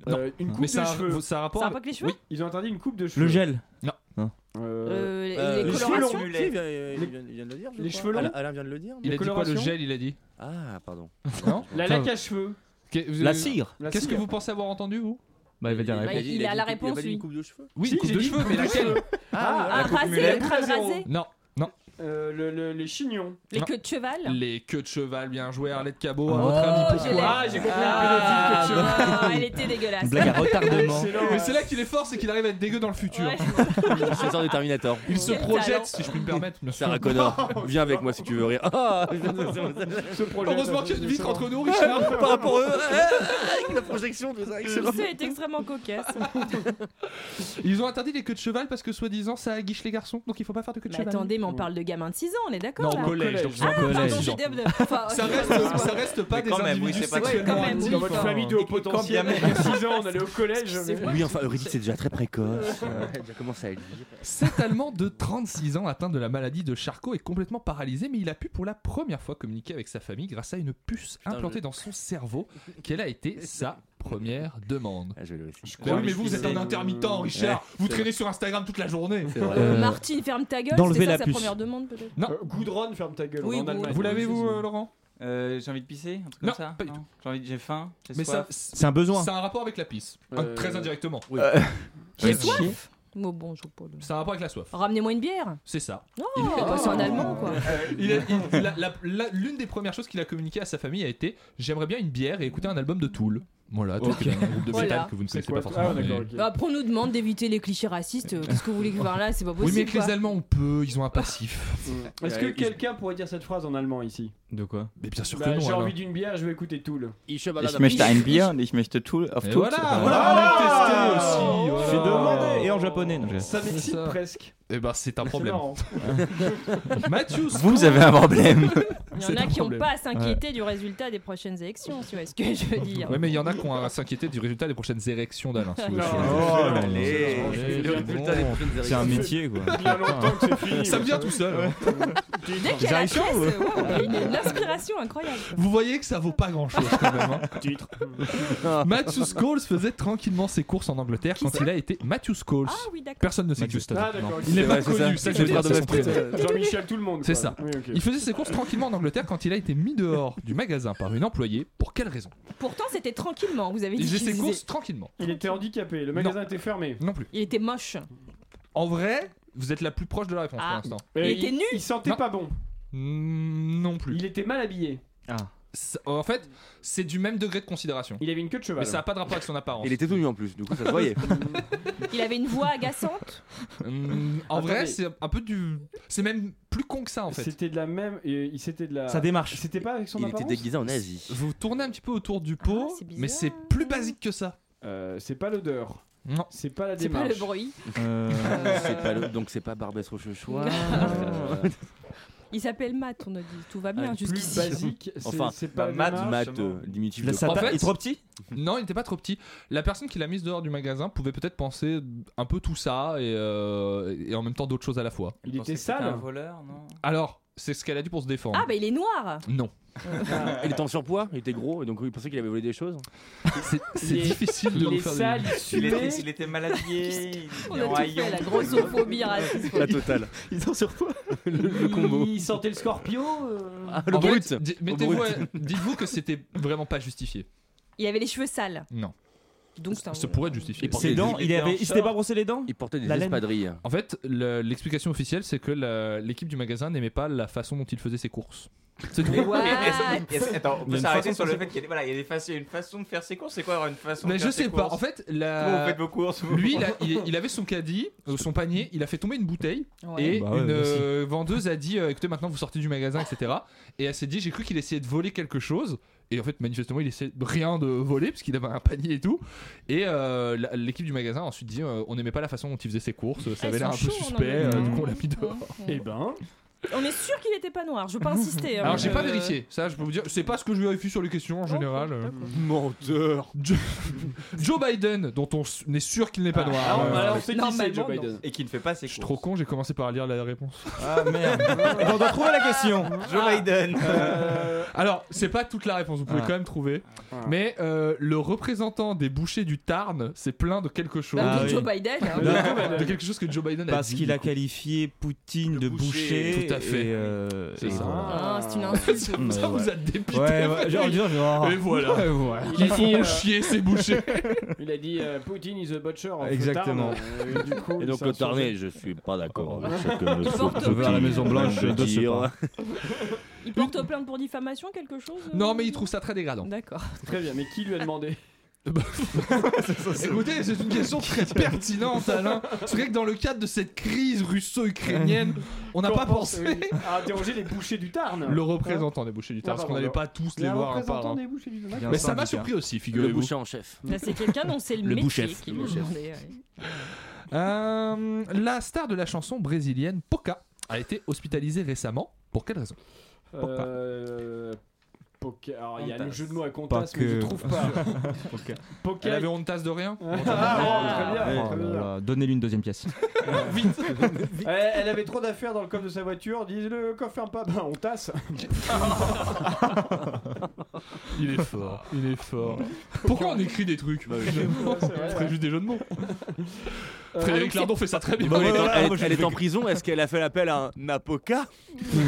Speaker 11: Non.
Speaker 2: Euh, une coupe
Speaker 11: mais
Speaker 2: de
Speaker 11: ça a,
Speaker 2: cheveux.
Speaker 11: ça a rapport.
Speaker 5: Ça a un rapport
Speaker 11: avec-
Speaker 5: avec les cheveux
Speaker 11: Oui.
Speaker 2: Ils ont interdit une coupe de cheveux.
Speaker 3: Le gel
Speaker 4: Hein.
Speaker 2: Euh,
Speaker 5: Euh, les-
Speaker 4: euh,
Speaker 5: Les
Speaker 4: les
Speaker 2: cheveux longs.
Speaker 5: colorations
Speaker 4: Si, il vient, il vient- il vient de le dire. je
Speaker 2: Les
Speaker 4: crois.
Speaker 2: cheveux longs
Speaker 4: Alain, Alain vient de le dire.
Speaker 11: Il a dit quoi le
Speaker 2: coloration
Speaker 11: gel Il a dit.
Speaker 4: Ah, pardon.
Speaker 11: Non
Speaker 2: La laque à cheveux.
Speaker 11: Qu'est- vous-
Speaker 3: La cire
Speaker 2: La
Speaker 11: Qu'est-ce que
Speaker 2: cire.
Speaker 11: vous pensez avoir entendu vous
Speaker 3: Bah, il va dire
Speaker 5: Bah,
Speaker 3: la
Speaker 5: il, a la réponse,
Speaker 4: Il a
Speaker 5: lui.
Speaker 4: une coupe de cheveux.
Speaker 11: Oui,
Speaker 2: Si,
Speaker 11: coupe
Speaker 2: j'ai
Speaker 11: de
Speaker 2: dit
Speaker 11: cheveux,
Speaker 2: coupe
Speaker 11: mais
Speaker 2: de
Speaker 11: laquelle
Speaker 2: cheveux. Ah,
Speaker 5: Ah, rasé, le
Speaker 2: mulette.
Speaker 5: crâne
Speaker 2: Zéro.
Speaker 5: rasé,
Speaker 11: Non.
Speaker 2: Euh, le- le- les chignons.
Speaker 5: les
Speaker 11: Non.
Speaker 5: queues de cheval.
Speaker 11: Les queues de cheval, bien joué Arlette Cabot.
Speaker 3: Oh,
Speaker 11: à votre avis,
Speaker 5: je l'ai.
Speaker 11: pourquoi
Speaker 2: Ah, j'ai compris
Speaker 5: Ah,
Speaker 2: la pédophile que tu veux.
Speaker 5: bah, elle était dégueulasse.
Speaker 3: Une blague à retardement.
Speaker 2: Excellent.
Speaker 11: Mais c'est là qu'il est fort, c'est qu'il arrive à être dégueu dans le futur.
Speaker 5: Ouais.
Speaker 4: C'est sort du Terminator.
Speaker 11: Il se
Speaker 5: Quel talent.
Speaker 11: projette, si je puis me permettre. bien sûr.
Speaker 4: Sarah Connor, viens avec moi si tu veux rire. Ah,
Speaker 2: Ce projet.
Speaker 11: Heureusement qu'il y a une vitre entre nous, Richard.
Speaker 4: par rapport à eux, avec la projection, tout ça, excellent.
Speaker 5: Ça est extrêmement cocasse.
Speaker 11: Ils ont interdit les queues de cheval parce que soi-disant ça aguiche les garçons, donc il faut pas faire de queues de
Speaker 5: Mais
Speaker 11: cheval.
Speaker 5: attendez, mais on parle de gamins de 6 ans, on est
Speaker 11: Non,
Speaker 5: d'accord
Speaker 11: au
Speaker 5: là
Speaker 11: collège,
Speaker 2: collège.
Speaker 11: donc ils ont
Speaker 5: Ah,
Speaker 11: encore
Speaker 5: pardon,
Speaker 11: 10
Speaker 5: j'ai
Speaker 11: ans.
Speaker 5: des- enfin,
Speaker 11: Ça
Speaker 5: ok.
Speaker 11: reste, ça reste pas
Speaker 8: Mais
Speaker 11: des
Speaker 8: quand même,
Speaker 11: individus
Speaker 8: oui, c'est pas que-
Speaker 11: sexuellement
Speaker 5: Quand même,
Speaker 11: actifs.
Speaker 2: Dans votre
Speaker 5: Enfin,
Speaker 2: famille de haut potentiel,
Speaker 8: bien
Speaker 2: il y a 6 ans, on allait au collège.
Speaker 5: C'est
Speaker 2: mais-
Speaker 4: Oui, enfin, Eurydice, c'est déjà très précoce. J'ai commencé à le dire.
Speaker 11: Cet Allemand de 36 ans atteint de la maladie de Charcot est complètement paralysé, mais il a pu pour la première fois communiquer avec sa famille grâce à une puce implantée dans son cerveau. Quelle a été sa première demande
Speaker 4: Ah, je vais le aussi.
Speaker 11: Bah oui, mais vous, vous êtes un intermittent, Richard.
Speaker 4: Ouais,
Speaker 11: vous
Speaker 4: c'est
Speaker 11: traînez sur Instagram toute la journée.
Speaker 4: C'est vrai.
Speaker 5: Euh,
Speaker 3: Euh,
Speaker 5: Martine, ferme ta gueule,
Speaker 3: d'enlever
Speaker 5: c'était ça
Speaker 3: la
Speaker 5: sa
Speaker 3: puce.
Speaker 5: première demande peut-être
Speaker 2: Euh, Gudrun, ferme ta gueule.
Speaker 5: Oui,
Speaker 2: on est en
Speaker 5: vous-
Speaker 2: Allemagne.
Speaker 11: Vous l'avez, vous, euh, Laurent
Speaker 8: Euh, j'ai envie de pisser, un truc
Speaker 11: Non,
Speaker 8: comme ça.
Speaker 11: pas du
Speaker 8: Non. J'ai envie, de- j'ai faim, j'ai
Speaker 11: Mais ça,
Speaker 8: soif.
Speaker 11: c'est
Speaker 3: C'est un besoin.
Speaker 11: un rapport avec la pisse. Un-
Speaker 2: Euh,
Speaker 11: Très indirectement.
Speaker 4: oui.
Speaker 5: J'ai
Speaker 11: Très
Speaker 5: soif.
Speaker 11: indirect.
Speaker 5: Bon, bonjour Paul.
Speaker 11: C'est un rapport avec la soif.
Speaker 5: Ramenez-moi une bière.
Speaker 11: C'est ça.
Speaker 5: Non,
Speaker 11: Il est-
Speaker 5: c'est en allemand quoi.
Speaker 11: Il a- il- la- la- la- L'une des premières choses qu'il a communiqué à sa famille a été J'aimerais bien une bière et écouter un album de Tool. Voilà, donc
Speaker 2: Ok.
Speaker 11: il y a un groupe de métal
Speaker 5: Voilà.
Speaker 11: que vous ne
Speaker 2: C'est
Speaker 11: connaissez
Speaker 2: quoi
Speaker 11: pas
Speaker 2: toi
Speaker 11: forcément.
Speaker 2: Ah, d'accord,
Speaker 11: mais-
Speaker 2: ok.
Speaker 5: Bah, après, on nous demande d'éviter les clichés racistes. euh, Qu'est-ce que vous voulez que voir là Bah, C'est pas
Speaker 11: Oui,
Speaker 5: possible.
Speaker 11: mais avec
Speaker 5: quoi.
Speaker 11: les Allemands, on peut, ils ont un passif.
Speaker 2: Est-ce que
Speaker 4: Ouais,
Speaker 2: quelqu'un pourrait dire cette phrase en allemand ici
Speaker 6: De quoi
Speaker 11: Mais bien sûr que
Speaker 2: Bah,
Speaker 11: non.
Speaker 2: J'ai
Speaker 11: alors.
Speaker 2: envie d'une bière, je vais écouter Tool.
Speaker 4: Il se balade
Speaker 13: Ich möchte
Speaker 4: à-
Speaker 13: ein Bier und ich möchte Tool auf
Speaker 11: Et
Speaker 13: Tool.
Speaker 11: voilà,
Speaker 13: Ah.
Speaker 11: voilà, on va le tester aussi.
Speaker 2: J'ai
Speaker 11: voilà.
Speaker 2: demandé.
Speaker 6: Et en japonais, donc j'ai-
Speaker 2: Ça
Speaker 11: C'est
Speaker 2: m'excite
Speaker 11: ça.
Speaker 2: presque.
Speaker 11: Eh ben, c'est un problème.
Speaker 2: marrant.
Speaker 11: Mathieu
Speaker 13: Vous avez un problème.
Speaker 5: Il y
Speaker 11: C'est
Speaker 5: en a
Speaker 11: un
Speaker 5: qui n'ont
Speaker 11: problème.
Speaker 5: pas à s'inquiéter du résultat des prochaines élections, si tu vois ce que je veux dire.
Speaker 11: Ouais, mais il y en a qui ont à s'inquiéter du résultat des prochaines érections d'Alain. si vous voulez. Eh,
Speaker 6: Oh, allez. Le résultat des prochaines C'est un érections. métier, quoi. Il y a longtemps que c'est fini,
Speaker 11: Ça me
Speaker 6: mais
Speaker 11: vient
Speaker 6: ça-
Speaker 11: tout seul.
Speaker 6: Ouais.
Speaker 11: hein.
Speaker 5: Dès qu'il y a la pièce, waouh, il y a une inspiration incroyable.
Speaker 11: Vous voyez que ça vaut pas grand chose quand même. Hein. Titre. Matthew Scholes faisait tranquillement ses courses en Angleterre quand il a été Matthew Scholes. Personne ne sait qui c'est.
Speaker 2: Ah, d'accord,
Speaker 11: Non.
Speaker 2: ok.
Speaker 11: Il n'est
Speaker 2: C'est
Speaker 11: pas
Speaker 2: vrai, c'est
Speaker 11: connu. Ça,
Speaker 2: ça.
Speaker 11: je vais
Speaker 2: C'est
Speaker 11: pas
Speaker 2: ça,
Speaker 11: de
Speaker 2: c'est
Speaker 11: notre prénom.
Speaker 2: ça. Jean-Michel tout le monde,
Speaker 11: C'est
Speaker 2: quoi.
Speaker 11: ça.
Speaker 2: Oui, ok.
Speaker 11: Il faisait ses courses tranquillement en Angleterre quand il a été mis dehors du magasin par une employée. Pour quelle raison
Speaker 5: Pourtant, c'était tranquillement, vous avez dit.
Speaker 11: Il faisait
Speaker 5: qu'il
Speaker 11: ses
Speaker 5: disait-
Speaker 11: courses tranquillement.
Speaker 2: Il était handicapé, le magasin était fermé.
Speaker 11: Non plus.
Speaker 5: Il était moche.
Speaker 11: En vrai, vous êtes la plus proche de la réponse pour
Speaker 5: Ah.
Speaker 11: l'instant.
Speaker 5: Il était nu
Speaker 2: Il sentait
Speaker 11: Non.
Speaker 2: pas bon.
Speaker 11: Non plus.
Speaker 2: Il était mal habillé.
Speaker 11: C'est- En fait, c'est du même degré de considération.
Speaker 2: Il avait une queue de cheval. hein.
Speaker 11: Mais ça n'a pas de rapport avec son apparence.
Speaker 4: Il était tout nu en plus, du coup ça se voyait.
Speaker 5: Il avait une voix agaçante.
Speaker 11: Hum, en
Speaker 2: Attendez.
Speaker 11: vrai, c'est un peu du. C'est même plus con que ça en fait.
Speaker 2: C'était de la même. et Il c'était de la.
Speaker 11: Sa démarche.
Speaker 2: euh, C'était pas avec son apparence.
Speaker 11: Vous tournez un petit peu autour du pot,
Speaker 5: Ah,
Speaker 2: c'est bizarre.
Speaker 11: mais c'est plus basique que ça.
Speaker 2: Euh, c'est pas l'odeur.
Speaker 11: Non.
Speaker 2: C'est pas la
Speaker 5: C'est pas
Speaker 2: démarche.
Speaker 5: le
Speaker 2: Euh,
Speaker 5: bruit.
Speaker 4: Euh, C'est pas le- Donc c'est pas Barbès Rochechouart. Euh,
Speaker 5: Il s'appelle Matt, on a dit. Tout va bien
Speaker 4: Ah, plus
Speaker 5: jusqu'ici.
Speaker 4: basique, c'est- Enfin, c'est pas bah, la Matt, démarche. Matt, euh, diminutif de-
Speaker 11: En
Speaker 4: Sa taille
Speaker 11: fait-
Speaker 4: est trop petit
Speaker 11: Non, il n'était pas trop petit. La personne qui l'a mise dehors du magasin pouvait peut-être penser un peu tout ça et, euh, et en même temps d'autres choses à la fois.
Speaker 2: Il était sale.
Speaker 11: Alors, c'est ce qu'elle a dit pour se défendre.
Speaker 5: Ah, bah il est noir.
Speaker 11: Non.
Speaker 4: il était en surpoids, il était gros, et donc euh, il pensait qu'il avait volé des choses.
Speaker 11: C'est difficile de
Speaker 2: il est
Speaker 11: refaire des-
Speaker 2: sale, il
Speaker 11: Il
Speaker 2: suait.
Speaker 11: était- il
Speaker 8: était malade.
Speaker 5: On a tout fait, la grossophobie raciste.
Speaker 4: totale. Ils ont surpoids. Le, le combo.
Speaker 2: Il sentait le scorpion. euh.
Speaker 11: En fait, di- mettez-vous à- Dites-vous que c'était vraiment pas justifié.
Speaker 5: Il avait les cheveux sales.
Speaker 11: Non.
Speaker 5: Donc c'est un.
Speaker 11: Ça pourrait être justifié.
Speaker 4: Il portait Ses des- dents, il il était avait- en il s'était short. pas brossé les dents
Speaker 11: Il portait
Speaker 4: des La laine. espadrilles.
Speaker 11: En fait, le- l'explication officielle, c'est que la- l'équipe du magasin n'aimait pas la façon dont il faisait ses courses. C'est tout.
Speaker 8: Mais est-ce- est-ce- Attends, on
Speaker 11: Il y a
Speaker 8: peut
Speaker 11: une
Speaker 8: s'arrêter
Speaker 11: façon
Speaker 8: sur
Speaker 11: de
Speaker 8: le fait
Speaker 11: faire
Speaker 8: qu'il y, a des- voilà, il y a des façons- une façon de faire ses courses. C'est quoi avoir une façon
Speaker 11: Mais
Speaker 8: de
Speaker 11: je
Speaker 8: faire ses
Speaker 11: sais pas.
Speaker 8: courses
Speaker 11: En fait,
Speaker 8: Vous,
Speaker 11: la...
Speaker 8: vous faites vos courses. vous-
Speaker 11: lui, il, a- il- il avait son caddie, euh, son panier, il a fait tomber une bouteille
Speaker 8: Ouais.
Speaker 11: et
Speaker 8: Bah ouais,
Speaker 11: une
Speaker 8: moi aussi.
Speaker 11: euh, vendeuse a dit euh, écoutez, maintenant vous sortez du magasin, etc. Et elle s'est dit j'ai cru qu'il essayait de voler quelque chose. Et en fait, manifestement, il essayait de rien de voler parce qu'il avait un panier et tout. Et euh, la- l'équipe du magasin a ensuite dit euh, on n'aimait pas la façon dont il faisait ses courses, ça
Speaker 5: Ah,
Speaker 11: avait
Speaker 5: ils
Speaker 11: l'air un
Speaker 5: sont
Speaker 11: peu
Speaker 5: chauds en
Speaker 11: suspect,
Speaker 8: hein,
Speaker 11: euh,
Speaker 5: Angleterre.
Speaker 11: du coup on l'a mis dehors.
Speaker 2: Et ben.
Speaker 5: On est sûr qu'il était pas noir, je veux pas insister. hein,
Speaker 11: Alors
Speaker 5: mais,
Speaker 11: j'ai pas
Speaker 5: euh,
Speaker 11: vérifié, ça je peux vous dire, c'est pas ce que je vérifie sur les questions en général. euh. Menteur Joe, Joe Biden, dont on s- on est sûr qu'il n'est pas noir.
Speaker 2: ah, on-
Speaker 11: Euh,
Speaker 2: alors, on sait qui c'est, Joe
Speaker 11: normalement,
Speaker 2: Biden.
Speaker 11: non.
Speaker 8: Et qui ne fait pas ses
Speaker 11: Je suis trop con, j'ai commencé par lire la réponse.
Speaker 6: Ah merde. On doit trouver la question.
Speaker 11: Joe Biden Euh, Alors, c'est pas toute la réponse, vous pouvez
Speaker 6: Ah.
Speaker 11: quand même trouver.
Speaker 6: Ah.
Speaker 11: Mais euh, le représentant des bouchers du Tarn s'est plaint de quelque chose.
Speaker 5: Bah, de Ah Joe oui. Biden, hein.
Speaker 11: De- De quelque chose que Joe Biden a
Speaker 6: Parce
Speaker 11: dit.
Speaker 6: qu'il a qualifié Poutine de boucher.
Speaker 11: Tout à fait.
Speaker 6: et, euh,
Speaker 11: C'est
Speaker 6: et
Speaker 11: ça.
Speaker 6: voilà.
Speaker 5: Ah, c'est une insulte.
Speaker 11: Ça
Speaker 6: Ouais,
Speaker 11: vous
Speaker 6: voilà.
Speaker 11: a dépité.
Speaker 6: Ouais, ouais, genre, genre, genre.
Speaker 11: Et voilà.
Speaker 6: Et voilà.
Speaker 11: Ils
Speaker 2: Il a dit,
Speaker 11: font
Speaker 2: euh,
Speaker 11: chier ces bouchers.
Speaker 2: Il a dit euh, Poutine is a butcher. of
Speaker 6: Exactement.
Speaker 2: Tarn. Euh, et du coup,
Speaker 4: Et donc
Speaker 2: ça
Speaker 4: le
Speaker 2: a changé.
Speaker 4: Tarnais, je suis pas d'accord avec ce que monsieur
Speaker 5: porte
Speaker 4: Poutine
Speaker 5: au pied.
Speaker 6: Blanche,
Speaker 4: veut
Speaker 6: de ce
Speaker 4: dire.
Speaker 6: pas.
Speaker 5: Il porte plainte pour diffamation, quelque chose euh
Speaker 11: Non, mais il trouve ça très dégradant. Bah,
Speaker 5: D'accord.
Speaker 2: Très bien, mais qui lui a demandé
Speaker 11: Écoutez, c'est une question très pertinente, Alain. C'est vrai que dans le cadre de cette crise russo-ukrainienne, on n'a
Speaker 2: Qu'en
Speaker 11: pas
Speaker 2: pense,
Speaker 11: pensé.
Speaker 2: euh, à interroger les bouchers du Tarn.
Speaker 11: Le représentant des bouchers du Tarn,
Speaker 2: Ah,
Speaker 11: parce qu'on
Speaker 2: pardon.
Speaker 11: n'allait pas tous
Speaker 2: Le
Speaker 11: les voir hein, un par
Speaker 2: représentant
Speaker 11: un.
Speaker 2: des bouchers du Tarn,
Speaker 11: Mais ça m'a surpris aussi, figurez-vous.
Speaker 4: Le boucher en chef.
Speaker 5: Là, c'est quelqu'un dont c'est le,
Speaker 11: Le
Speaker 5: métier
Speaker 11: bouchef.
Speaker 5: qui
Speaker 11: Le
Speaker 5: lui
Speaker 11: bouchef.
Speaker 5: demandait, ouais.
Speaker 11: Euh, la star de la chanson brésilienne Poca a été hospitalisée récemment. Pour quelle raison
Speaker 2: Euh, Poca- Alors, il y a le
Speaker 11: Contas.
Speaker 2: jeu de mots à
Speaker 11: Pas
Speaker 2: Contas, mais je
Speaker 11: que- Ah,
Speaker 2: trouve pas.
Speaker 6: Poca.
Speaker 2: Poca-
Speaker 11: Elle avait honte tasse de rien
Speaker 2: Ah, très bien,
Speaker 6: Oh
Speaker 2: très bien.
Speaker 6: là là, Donnez-lui une deuxième pièce.
Speaker 2: Elle, elle avait trop d'affaires dans le coffre de sa voiture. Disent le coffre ferme pas, ben on tasse.
Speaker 11: Il est fort, il est fort. Bah, Pourquoi on écrit des trucs On ferait juste des jeux de mots. Euh, Frédéric Lardon fait ça très bien.
Speaker 4: Bah elle, est en- elle- elle est en prison, est-ce qu'elle a fait l'appel à un apoca
Speaker 8: Non,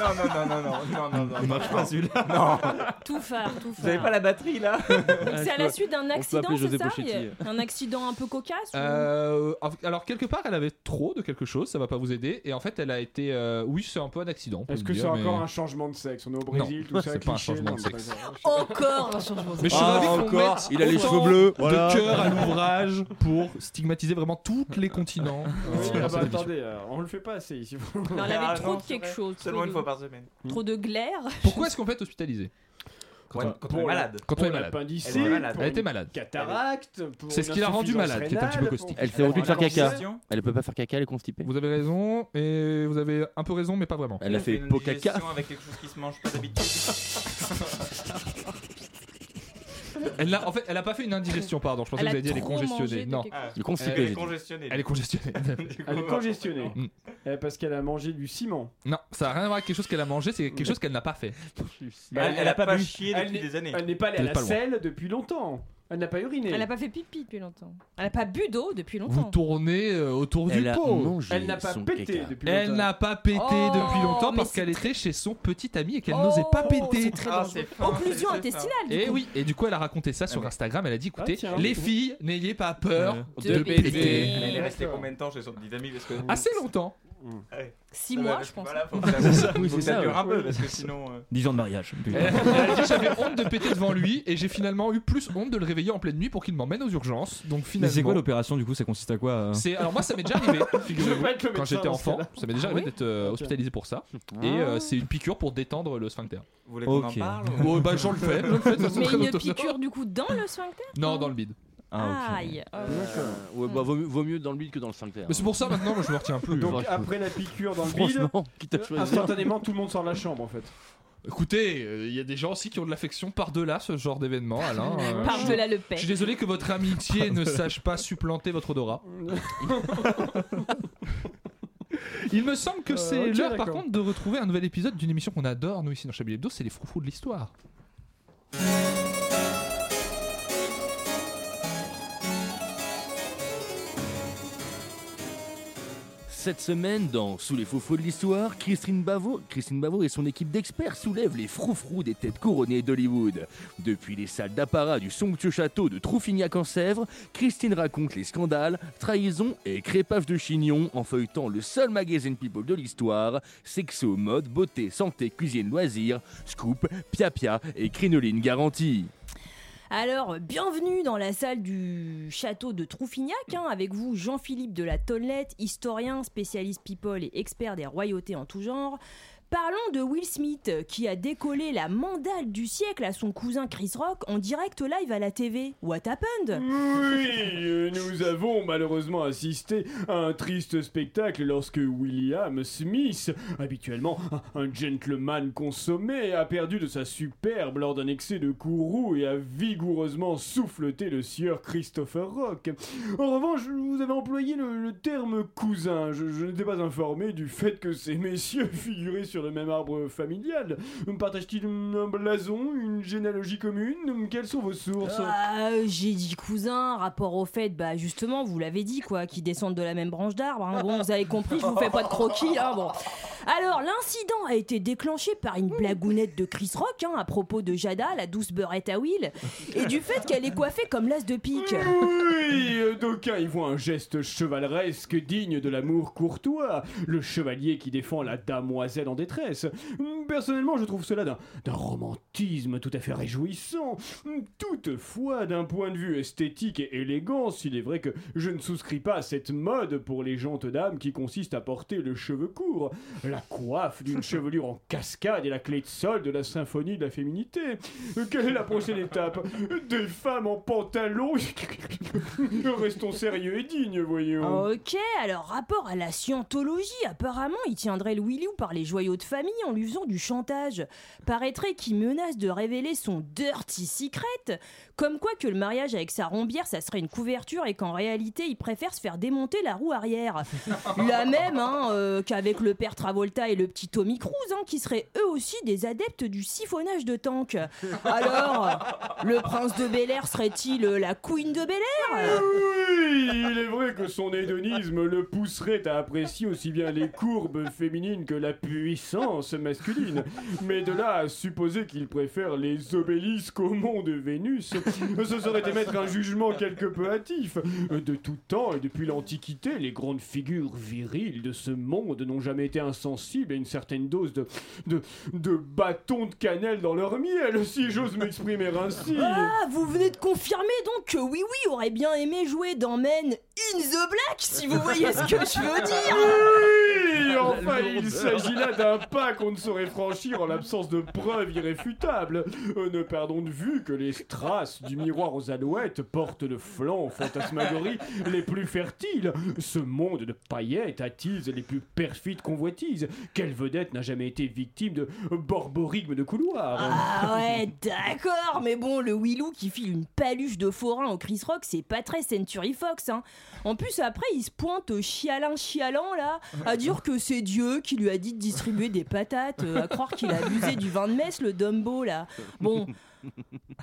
Speaker 8: non, non, non, non, non, non, non.
Speaker 4: Il marche pas, celui-là.
Speaker 8: Non.
Speaker 5: Tout phare, tout phare.
Speaker 8: Vous avez pas la batterie là
Speaker 5: Donc, c'est à la suite d'un accident,
Speaker 11: appeler
Speaker 5: c'est
Speaker 11: José
Speaker 5: ça
Speaker 11: Pochetti.
Speaker 5: Il y a Un accident un peu cocasse ou-
Speaker 11: Euh, alors quelque part elle avait trop de quelque chose, ça va pas vous aider et en fait elle a été euh, oui, c'est un peu un accident. on peut
Speaker 2: Est-ce
Speaker 11: le
Speaker 2: que
Speaker 11: dire,
Speaker 2: c'est encore
Speaker 11: mais-
Speaker 2: un changement de sexe On est au Brésil,
Speaker 11: Non,
Speaker 2: tout ça,
Speaker 11: c'est pas un
Speaker 2: cliché,
Speaker 11: changement de
Speaker 2: non,
Speaker 11: sexe.
Speaker 2: d'accord.
Speaker 5: Encore un changement de
Speaker 11: Mais je suis
Speaker 2: Ah,
Speaker 11: ravi qu'on
Speaker 2: encore,
Speaker 11: mette
Speaker 2: il a les
Speaker 11: autant
Speaker 2: cheveux bleus, voilà.
Speaker 11: De cœur à l'ouvrage pour stigmatiser vraiment tous les continents.
Speaker 2: Oui,
Speaker 11: Dans
Speaker 2: ah bah,
Speaker 11: cette émission.
Speaker 2: attendez, euh, on le fait pas assez ici.
Speaker 5: Non, elle avait
Speaker 8: Ah,
Speaker 5: trop
Speaker 8: non,
Speaker 5: de quelque
Speaker 8: c'est vrai.
Speaker 5: chose. trop
Speaker 8: Seulement une
Speaker 5: de-
Speaker 8: fois par semaine.
Speaker 5: Trop de glaire.
Speaker 11: Pourquoi est-ce qu'on peut être hospitalisé Quand on- quand on est
Speaker 2: pour la-
Speaker 11: malade.
Speaker 2: Pour
Speaker 11: Quand on est malade.
Speaker 2: l'appendicite,
Speaker 11: Elle était malade.
Speaker 2: pour
Speaker 11: Elle était
Speaker 2: une
Speaker 11: malade.
Speaker 2: Cataracte. pour
Speaker 11: C'est ce
Speaker 2: une
Speaker 11: qui l'a rendue
Speaker 2: insuffisance
Speaker 11: malade, qui est un petit peu
Speaker 2: rénale,
Speaker 11: caustique.
Speaker 2: pour-
Speaker 11: Elle s'est rendue de
Speaker 2: pour
Speaker 11: faire
Speaker 2: la
Speaker 11: caca.
Speaker 2: congestion.
Speaker 4: Elle peut pas faire caca, elle est constipée.
Speaker 11: Vous avez raison, et vous avez un peu raison, mais pas vraiment.
Speaker 4: Elle a fait
Speaker 8: une
Speaker 4: peau caca.
Speaker 8: digestion avec quelque chose qui se mange pas d'habitude.
Speaker 11: Elle n'a- en fait, elle a pas fait une indigestion, pardon. Je pensais
Speaker 8: Elle
Speaker 11: que vous
Speaker 8: a
Speaker 11: alliez dire elle est
Speaker 8: trop mangé
Speaker 11: congestionnée.
Speaker 8: de
Speaker 11: Non.
Speaker 8: quelque chose. Elle est constipée,
Speaker 11: Elle
Speaker 8: j'ai
Speaker 11: est
Speaker 8: dit.
Speaker 11: congestionnée. Elle est congestionnée.
Speaker 2: Elle est congestionnée.
Speaker 11: Mm.
Speaker 2: Euh, Parce qu'elle a mangé du ciment.
Speaker 11: Non, ça n'a rien à voir avec quelque chose qu'elle a mangé, c'est quelque chose qu'elle n'a pas fait.
Speaker 2: Bah,
Speaker 8: elle a pas
Speaker 2: bu.
Speaker 8: chié depuis
Speaker 2: Elle n'est-
Speaker 8: des années.
Speaker 2: Elle n'est pas allée à
Speaker 11: Vous
Speaker 2: la
Speaker 11: êtes pas loin.
Speaker 2: selle depuis longtemps. Elle n'a pas uriné.
Speaker 5: Elle n'a pas fait pipi depuis longtemps. Elle n'a pas bu d'eau depuis
Speaker 11: Vous
Speaker 5: longtemps.
Speaker 11: tournez euh, autour
Speaker 4: Elle
Speaker 11: du
Speaker 4: a
Speaker 11: pot.
Speaker 4: mangé Elle n'a pas son pété caca. depuis
Speaker 11: Elle
Speaker 4: longtemps.
Speaker 11: n'a pas pété
Speaker 5: Oh,
Speaker 11: depuis longtemps
Speaker 5: mais
Speaker 11: parce
Speaker 5: c'est
Speaker 11: qu'elle était chez son petit ami et qu'elle n'osait pas péter.
Speaker 5: Ah, Occlusion intestinale. du
Speaker 11: Et
Speaker 5: coup.
Speaker 11: oui, et du coup elle a raconté ça sur Instagram, elle a dit écoutez,
Speaker 8: Ah, tiens.
Speaker 11: les filles, n'ayez pas peur
Speaker 8: Ouais.
Speaker 11: Euh, de, péter.
Speaker 8: Euh, Elle est restée combien de temps chez son petit ami parce que...
Speaker 11: Assez longtemps.
Speaker 8: Ouais.
Speaker 5: Six
Speaker 8: Ah bah,
Speaker 5: mois,
Speaker 8: parce
Speaker 5: je
Speaker 8: que
Speaker 5: pense.
Speaker 8: Voilà, faut
Speaker 11: Oui,
Speaker 8: que ça,
Speaker 11: c'est
Speaker 8: faut
Speaker 11: ça,
Speaker 8: que
Speaker 11: oui,
Speaker 8: ça
Speaker 11: c'est
Speaker 8: dure
Speaker 11: ça,
Speaker 8: un peu
Speaker 11: ouais.
Speaker 8: parce que sinon... euh,
Speaker 6: 10 ans de mariage.
Speaker 11: Elle elle a dit j'avais honte de péter devant lui et j'ai finalement eu plus honte de le réveiller en pleine nuit pour qu'il m'emmène aux urgences. Donc
Speaker 6: Mais
Speaker 11: finalement.
Speaker 6: c'est quoi l'opération du coup Ça consiste à quoi
Speaker 4: Hein.
Speaker 6: euh
Speaker 11: C'est- alors moi ça m'est déjà arrivé. figurez-vous.
Speaker 6: Je veux pas être le
Speaker 11: quand
Speaker 6: médecin
Speaker 11: j'étais
Speaker 6: dans ce
Speaker 11: enfant,
Speaker 6: cas-là.
Speaker 11: ça m'est déjà
Speaker 6: Ah
Speaker 11: arrivé
Speaker 6: oui
Speaker 11: d'être euh,
Speaker 6: Ok.
Speaker 11: hospitalisé pour ça.
Speaker 6: Ah.
Speaker 11: Et euh, c'est une piqûre pour détendre le sphincter. Vous
Speaker 8: voulez qu'on en Ok. parle ou-
Speaker 11: Ouais, bah j'en le fais. j'en le fais, ça, c'est
Speaker 5: Mais
Speaker 11: très
Speaker 5: une
Speaker 11: autonome.
Speaker 5: piqûre du coup dans le sphincter
Speaker 11: Non, dans le bide.
Speaker 4: Ah,
Speaker 5: Aïe. oh.
Speaker 4: ouais, bah, vaut, mieux, vaut mieux dans le bide que dans le sphincter.
Speaker 11: Mais c'est pour ça maintenant, moi je me retiens plus.
Speaker 4: Donc,
Speaker 11: Franchement.
Speaker 2: Après la piqûre dans le bide,
Speaker 4: Franchement, quitte à choisir.
Speaker 2: instantanément tout le monde sort de la chambre en fait.
Speaker 11: Écoutez, euh, il y a des gens aussi qui ont de l'affection par-delà ce genre d'événement, Alain. Euh,
Speaker 5: Par-delà le paix.
Speaker 11: Je suis désolé que votre amitié ne sache pas supplanter votre odorat. Il me semble que
Speaker 2: Euh,
Speaker 11: c'est
Speaker 2: ok,
Speaker 11: l'heure par
Speaker 2: d'accord.
Speaker 11: contre de retrouver un nouvel épisode d'une émission qu'on adore nous ici dans Chablis Hebdo, c'est les froufous de l'histoire.
Speaker 4: Cette semaine, dans Sous les faux-faux de l'histoire, Christine Bavo, Christine Bavo et son équipe d'experts soulèvent les froufrous des têtes couronnées d'Hollywood. Depuis les salles d'apparat du somptueux château de Troufignac en Sèvres, Christine raconte les scandales, trahisons et crépage de chignon en feuilletant le seul magazine people de l'histoire, sexo, mode, beauté, santé, cuisine, loisirs, scoop, pia-pia et crinoline garantie.
Speaker 5: Alors, bienvenue dans la salle du château de Troufignac, hein, avec vous Jean-Philippe de la Tonnelette, historien, spécialiste people et expert des royautés en tout genre. Parlons de Will Smith, qui a décollé la mandale du siècle à son cousin Chris Rock en direct live à la TV. What happened
Speaker 2: Oui, euh, nous avons malheureusement assisté à un triste spectacle lorsque William Smith, habituellement un- un gentleman consommé, a perdu de sa superbe lors d'un excès de courroux et a vigoureusement souffleté le sieur Christopher Rock. En revanche, vous avez employé le, le terme cousin. Je, je n'étais pas informé du fait que ces messieurs figuraient sur le même arbre familial. Partagent-ils un blason, une généalogie commune Quelles sont vos sources
Speaker 5: Ah, J'ai dit cousin, rapport au fait, bah justement, vous l'avez dit quoi, qui descendent de la même branche d'arbre. hein. Bon, vous avez compris, je vous fais pas de croquis. Hein, bon. Alors, l'incident a été déclenché par une blagounette de Chris Rock hein, à propos de Jada, la douce beurrette à Will, et du fait qu'elle est coiffée comme l'as de pique.
Speaker 2: Oui, euh, d'aucuns y voient un geste chevaleresque digne de l'amour courtois, le chevalier qui défend la damoiselle en détresse. Hum, Personnellement, je trouve cela d'un d'un romantisme tout à fait réjouissant. Hum, Toutefois, d'un point de vue esthétique et élégance, il est vrai que je ne souscris pas à cette mode pour les gentes dames qui consiste à porter le cheveu court, la coiffe d'une chevelure en cascade et la clé de sol de la symphonie de la féminité. Euh, Quelle est la prochaine étape Des femmes en pantalon Restons sérieux et dignes, voyons.
Speaker 5: Ok, alors rapport à la scientologie, apparemment il tiendrait le Williou par les joyaux de famille en lui faisant du chantage. Paraîtrait qu'il menace de révéler son dirty secret, comme quoi que le mariage avec sa rombière ça serait une couverture et qu'en réalité il préfère se faire démonter la roue arrière. La même hein, euh, qu'avec le père Travolta et le petit Tommy Cruise, hein, qui seraient eux aussi des adeptes du siphonnage de tank. Alors, le prince de Bel Air serait-il euh, la queen de Bel Air
Speaker 2: Oui, il est vrai que son hédonisme le pousserait à apprécier aussi bien les courbes féminines que la puissance masculine. Mais de là à supposer qu'il préfère les obélisques au mont de Vénus, ce serait émettre un jugement quelque peu hâtif. De tout temps et depuis l'Antiquité, les grandes figures viriles de ce monde n'ont jamais été insensibles à une certaine dose de, de, de bâton de cannelle dans leur miel, si j'ose m'exprimer ainsi.
Speaker 5: Ah, vous venez de confirmer donc que Oui Oui aurait bien aimé jouer dans Men in the Black, si vous voyez ce que je veux dire
Speaker 2: Oui, Mais enfin,
Speaker 14: lourdeur.
Speaker 2: il s'agit là d'un pas qu'on ne saurait franchir en l'absence de preuves irréfutables. Euh, ne perdons de vue que les strass du miroir aux alouettes portent le flanc aux fantasmagories les plus fertiles. Ce monde de paillettes attise les plus perfides convoitises. Quelle vedette n'a jamais été victime de borborigme de couloir
Speaker 5: Ah ouais, d'accord, mais bon, le Willou qui file une paluche de forain au Chris Rock, c'est pas très Century Fox, hein. En plus, après, il se pointe chialin chialant, là, à dire que c'est Dieu qui lui a dit de distribuer des patates, euh, à croire qu'il a abusé du vin de messe, le Dumbo, là. Bon,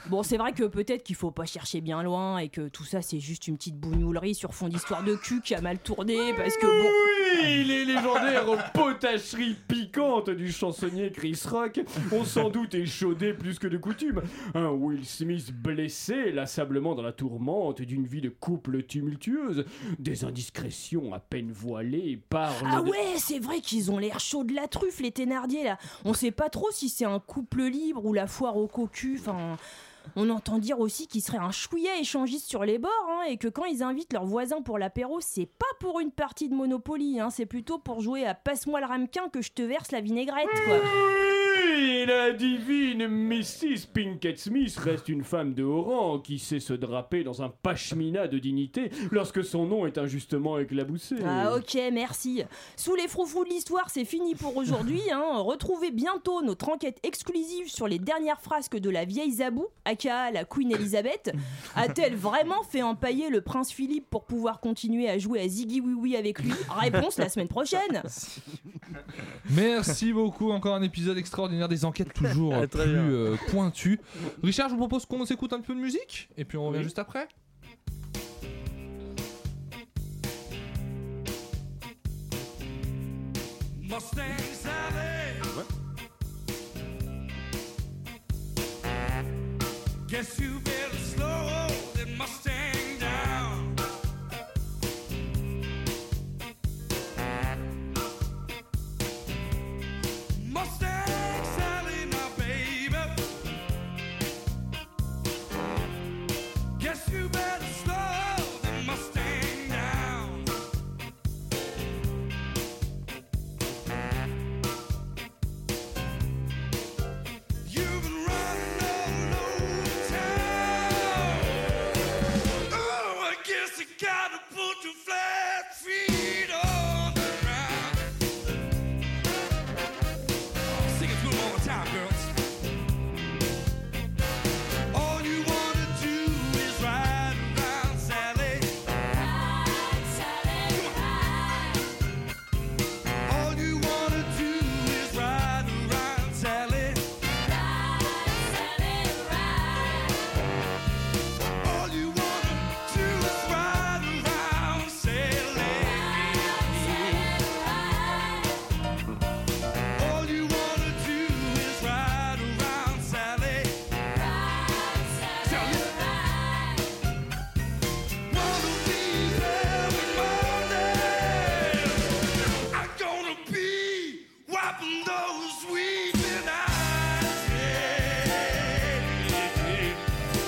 Speaker 5: Bon, c'est vrai que peut-être qu'il faut pas chercher bien loin et que tout ça c'est juste une petite bougnoulerie sur fond d'histoire de cul qui a mal tourné parce que bon.
Speaker 2: Oui, les légendaires potacheries piquantes du chansonnier Chris Rock ont sans doute échaudé plus que de coutume. Un Will Smith blessé, lassablement dans la tourmente d'une vie de couple tumultueuse, des indiscrétions à peine voilées par
Speaker 5: Ah ouais, c'est vrai qu'ils ont l'air chauds de la truffe, les Thénardier là. On sait pas trop si c'est un couple libre ou la foire au cocu. Enfin, on entend dire aussi qu'ils seraient un chouïa échangiste sur les bords hein, et que quand ils invitent leurs voisins pour l'apéro, c'est pas pour une partie de Monopoly, hein, c'est plutôt pour jouer à passe-moi le ramequin que je te verse la vinaigrette. Quoi.
Speaker 2: Oui, la divine Mrs. Pinkett Smith reste une femme de haut rang qui sait se draper dans un pachemina de dignité lorsque son nom est injustement éclaboussé.
Speaker 5: Ah ok, merci. Sous les froufrous de l'histoire, c'est fini pour aujourd'hui. Hein. Retrouvez bientôt notre enquête exclusive sur les dernières frasques de la vieille Zabou, aka la Queen Elizabeth. A-t-elle vraiment fait empailler le prince Philippe pour pouvoir continuer à jouer à Ziggy Oui Oui avec lui Réponse la semaine prochaine.
Speaker 11: Merci beaucoup, encore un épisode extraordinaire des enquêtes toujours euh, plus euh, pointues. Richard, je vous propose qu'on s'écoute un peu de musique et puis on revient juste après.
Speaker 14: Mustang Sally. Guess you better slow the Mustang down. Mustang Sally, now baby. Guess you better slow the Mustang down. You've been running all over town. Oh, I guess you gotta put your flat feet on the ground. Oh, sing it through one more time, girls. All you wanna do is ride around, Sally. Ride, Sally, All you wanna do is ride around, Sally. All you wanna do is ride around, Sally. All you wanna do is ride around, Sally. Sally. Wanna be there morning. I'm gonna be wiping those weeping eyes. Yeah.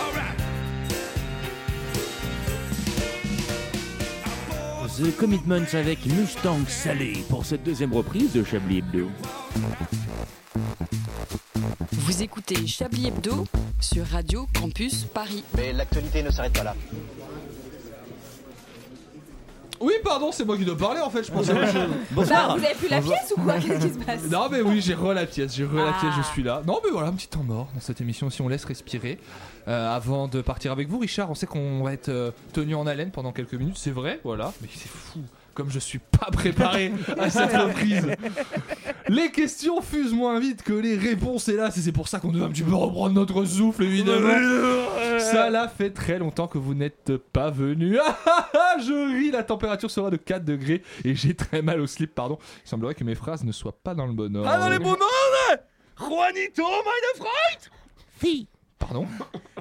Speaker 14: All right.
Speaker 15: The Commitments avec Mustang Salé pour cette deuxième reprise de Chablis Hebdo.
Speaker 10: Vous écoutez Chablis Hebdo sur Radio Campus Paris. Mais l'actualité ne s'arrête pas là.
Speaker 11: Oui, pardon, c'est moi qui dois parler en fait, je pense. à autre chose.
Speaker 14: Bonsoir. Bah, vous avez plus la pièce ou quoi Qu'est-ce qui se passe
Speaker 11: Non, mais oui, j'ai re la pièce, j'ai re la
Speaker 14: Ah.
Speaker 11: pièce, je suis là. Non, mais voilà, un petit temps mort dans cette émission si on laisse respirer. Euh, avant de partir avec vous, Richard, on sait qu'on va être euh, tenu en haleine pendant quelques minutes, c'est vrai, voilà, mais c'est fou. Comme je suis pas préparé à cette reprise. Les questions fusent moins vite que les réponses, et là, c'est c'est pour ça qu'on doit un petit peu reprendre notre souffle, évidemment. Ça là fait très longtemps que vous n'êtes pas venu. Ah, ah, ah, je ris, la température sera de 4 degrés et j'ai très mal au slip, pardon. Il semblerait que mes phrases ne soient pas dans le bon ordre.
Speaker 14: Ah, dans les bons
Speaker 11: ordres
Speaker 14: Juanito, meine Freund Si.
Speaker 11: Pardon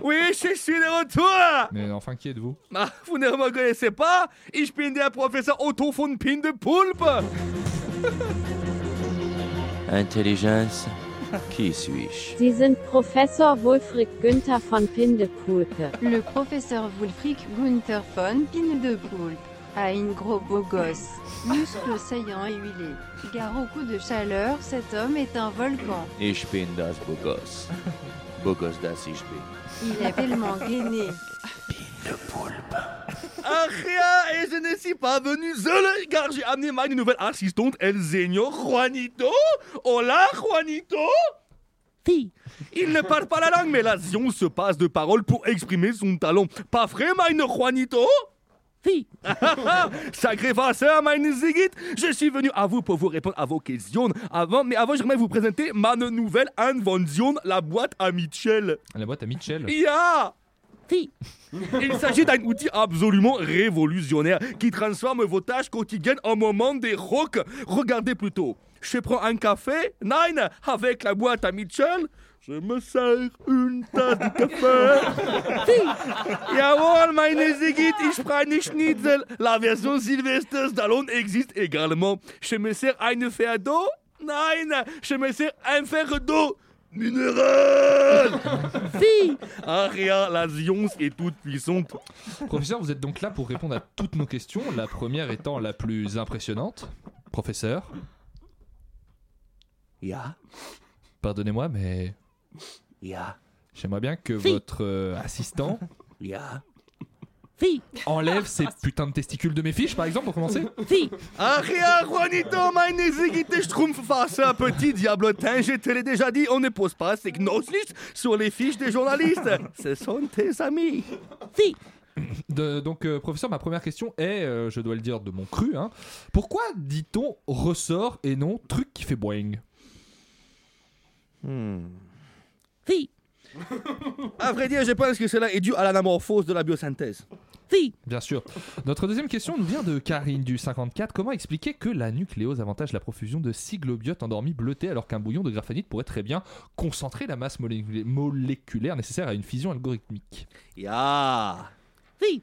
Speaker 14: Oui, je suis de retour
Speaker 11: Mais enfin, qui êtes-vous
Speaker 14: Ah, Vous ne me connaissez pas Ich bin der Professor Otto von Pin de Poulpe
Speaker 15: Intelligence, qui suis-je
Speaker 16: Sie sind Professor Wulfric Günther von Pindepulpe.
Speaker 17: Le professeur Wulfric Gunther von Pindepulp. à une gros beau gosse, muscles saillants et huilés. Gare au coup de chaleur, cet homme est un volcan.
Speaker 4: Ich bin das Bogos. Bogos das ich bin.
Speaker 17: Il est tellement gainé.
Speaker 6: Ach ja, et je ne suis pas venu seul, car j'ai amené meine nouvelle assistante, El Señor Juanito. Hola, Juanito. Si. Il ne parle pas la langue, mais la Zion se passe de parole pour exprimer son talent. Pas vrai, meine Juanito Si. Sacré farceur, meine Zigit. Je suis venu à vous pour vous répondre à vos questions. Avant, mais avant, j'aimerais vous présenter ma nouvelle invention, la boîte à Mitchell.
Speaker 11: La boîte à Mitchell.
Speaker 6: Ya Il s'agit d'un outil absolument révolutionnaire qui transforme vos tâches quotidiennes en moment des rocs. Regardez plutôt. Je prends un café, nine, avec la boîte à Mitchell. Je me sers une tasse de café. Jawohl, meine Sehr geehrten, ich meine Schnitzel. La version Sylvester Stallone existe également. Je me sers eine fer d'eau. Nein, je me sers un fer d'eau. Minéral Si Aria, la Zionce est toute puissante.
Speaker 11: Professeur, vous êtes donc là pour répondre à toutes nos questions, la première étant la plus impressionnante. Professeur
Speaker 4: Ya,
Speaker 11: Pardonnez-moi, mais
Speaker 4: ya,
Speaker 11: j'aimerais bien que
Speaker 4: Si.
Speaker 11: votre euh, assistant
Speaker 4: ya.
Speaker 11: enlève ces putains de testicules de mes fiches, par exemple, pour commencer.
Speaker 6: Si Aria, Juanito, meine Sehr geehrte Strumpfwasser, petit diablotin, je te l'ai déjà dit, on ne pose pas ces gnosis sur les fiches des journalistes. Ce sont tes amis. Si
Speaker 11: De- donc, euh, professeur, ma première question est, euh, je dois le dire de mon cru, hein, pourquoi dit-on ressort et non truc qui fait boing
Speaker 6: Si À vrai dire, je pense que cela est dû à l'anamorphose de la biosynthèse. Si
Speaker 11: Bien sûr. Notre deuxième question nous vient de Karine du 54. Comment expliquer que la nucléose avantage la profusion de six globiotes endormis bleutés alors qu'un bouillon de graphanite pourrait très bien concentrer la masse molé- moléculaire nécessaire à une fission algorithmique
Speaker 6: Ya Si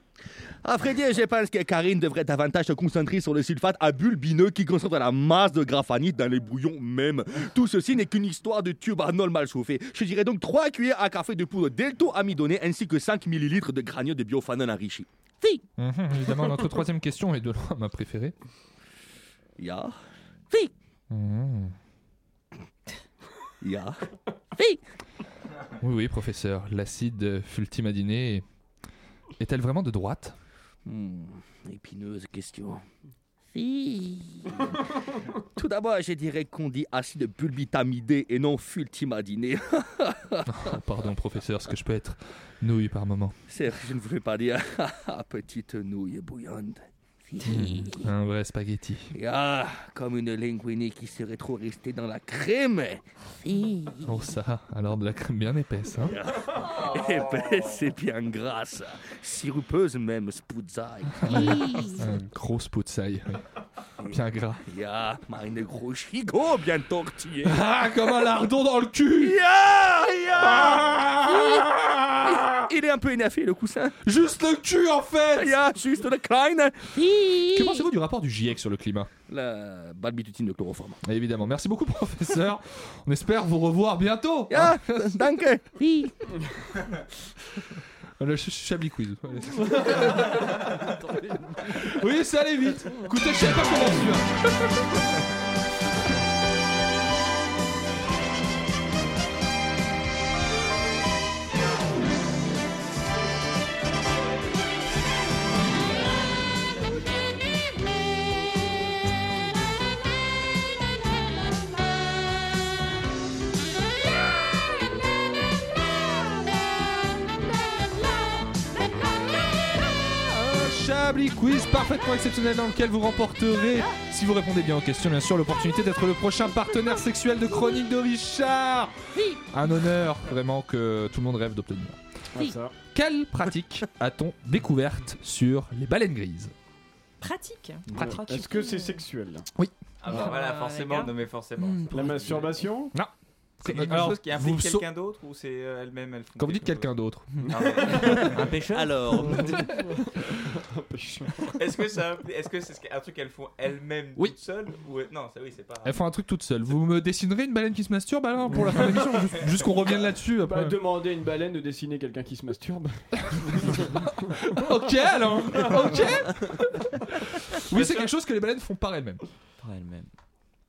Speaker 6: À vrai dire, Ah, je pense que Karine devrait davantage se concentrer sur le sulfate à bulles bineux qui concentre la masse de graphanite dans les bouillons même. Tout ceci n'est qu'une histoire de tubanol mal chauffé. Je dirais donc 3 cuillères à café de poudre delto-amidonnée ainsi que 5 ml de granules de biophanol enrichi. Si
Speaker 11: Mhm, Évidemment, notre troisième question est de loin ma préférée.
Speaker 6: Ya
Speaker 11: Oui.
Speaker 6: Ya
Speaker 11: Oui. Oui, oui, professeur. L'acide fultimadiné est-elle vraiment de droite
Speaker 6: Épineuse question. Si. Tout d'abord, je dirais qu'on dit acide bulbitamidé et non fultimadiné.
Speaker 11: Oh, Pardon, professeur, ce que je peux être nouille par moment.
Speaker 6: C'est- Je ne voulais pas dire Ah, petite nouille bouillante.
Speaker 11: Mhm, Un vrai spaghetti.
Speaker 6: Ah, comme une linguine qui serait trop restée dans la crème. Si.
Speaker 11: Oh ça, alors de la crème bien épaisse, hein
Speaker 6: Épaisse et Eh ben, bien grasse. Sirupeuse même, spouzaï.
Speaker 11: Un gros spoutsaï, bien gras.
Speaker 6: Ya, meine gros chigo bien tortillé.
Speaker 11: Ah, comme un lardon dans le cul
Speaker 6: Ya, ya. Il est un peu énervé le coussin.
Speaker 11: Ah. Juste le cul en fait
Speaker 6: Ya, juste le klein.
Speaker 11: Que pensez-vous du rapport du GIEC sur le climat
Speaker 6: La balbitutine de chloroforme.
Speaker 11: Évidemment, merci beaucoup professeur. On espère vous revoir bientôt. hein.
Speaker 6: Ya, Ah, danke. Si.
Speaker 11: Le ch- Chablis Quiz. Allez. oui, ça allait vite. Écoutez, je sais pas comment suivre. Un Chablis Quiz parfaitement exceptionnel dans lequel vous remporterez, si vous répondez bien aux questions, bien sûr, l'opportunité d'être le prochain partenaire sexuel de Chronique de Richard. Un honneur vraiment que tout le monde rêve d'obtenir.
Speaker 2: Ah,
Speaker 11: Quelle pratique a-t-on découverte sur les baleines grises
Speaker 5: Pratique.
Speaker 2: Pratique. Est-ce que c'est sexuel
Speaker 11: Oui.
Speaker 8: Ah bah voilà, forcément, non mais forcément.
Speaker 2: La masturbation
Speaker 11: Non.
Speaker 8: C'est quelque
Speaker 11: Alors,
Speaker 8: chose qui
Speaker 11: Hmm. vous
Speaker 8: implique
Speaker 11: sau-
Speaker 8: quelqu'un d'autre ou c'est euh, elle-même elle
Speaker 11: Quand vous dites quelqu'un d'autre.
Speaker 8: Un
Speaker 11: pêcheur
Speaker 8: Alors. Est-ce que ça, est-ce que c'est un truc qu'elles font elles-mêmes
Speaker 11: Oui.
Speaker 8: toutes seules ou non, ça oui c'est pas.
Speaker 11: Elles font un truc toutes seules. Vous me dessinerez une baleine qui se masturbe alors pour la fin de l'émission Juste- Juste qu'on revienne là-dessus
Speaker 2: Bah,
Speaker 11: après.
Speaker 2: demander à une baleine de dessiner quelqu'un qui se masturbe.
Speaker 11: Ok alors Ok Oui, c'est quelque chose que les baleines font par elles-mêmes.
Speaker 6: Par elles-mêmes.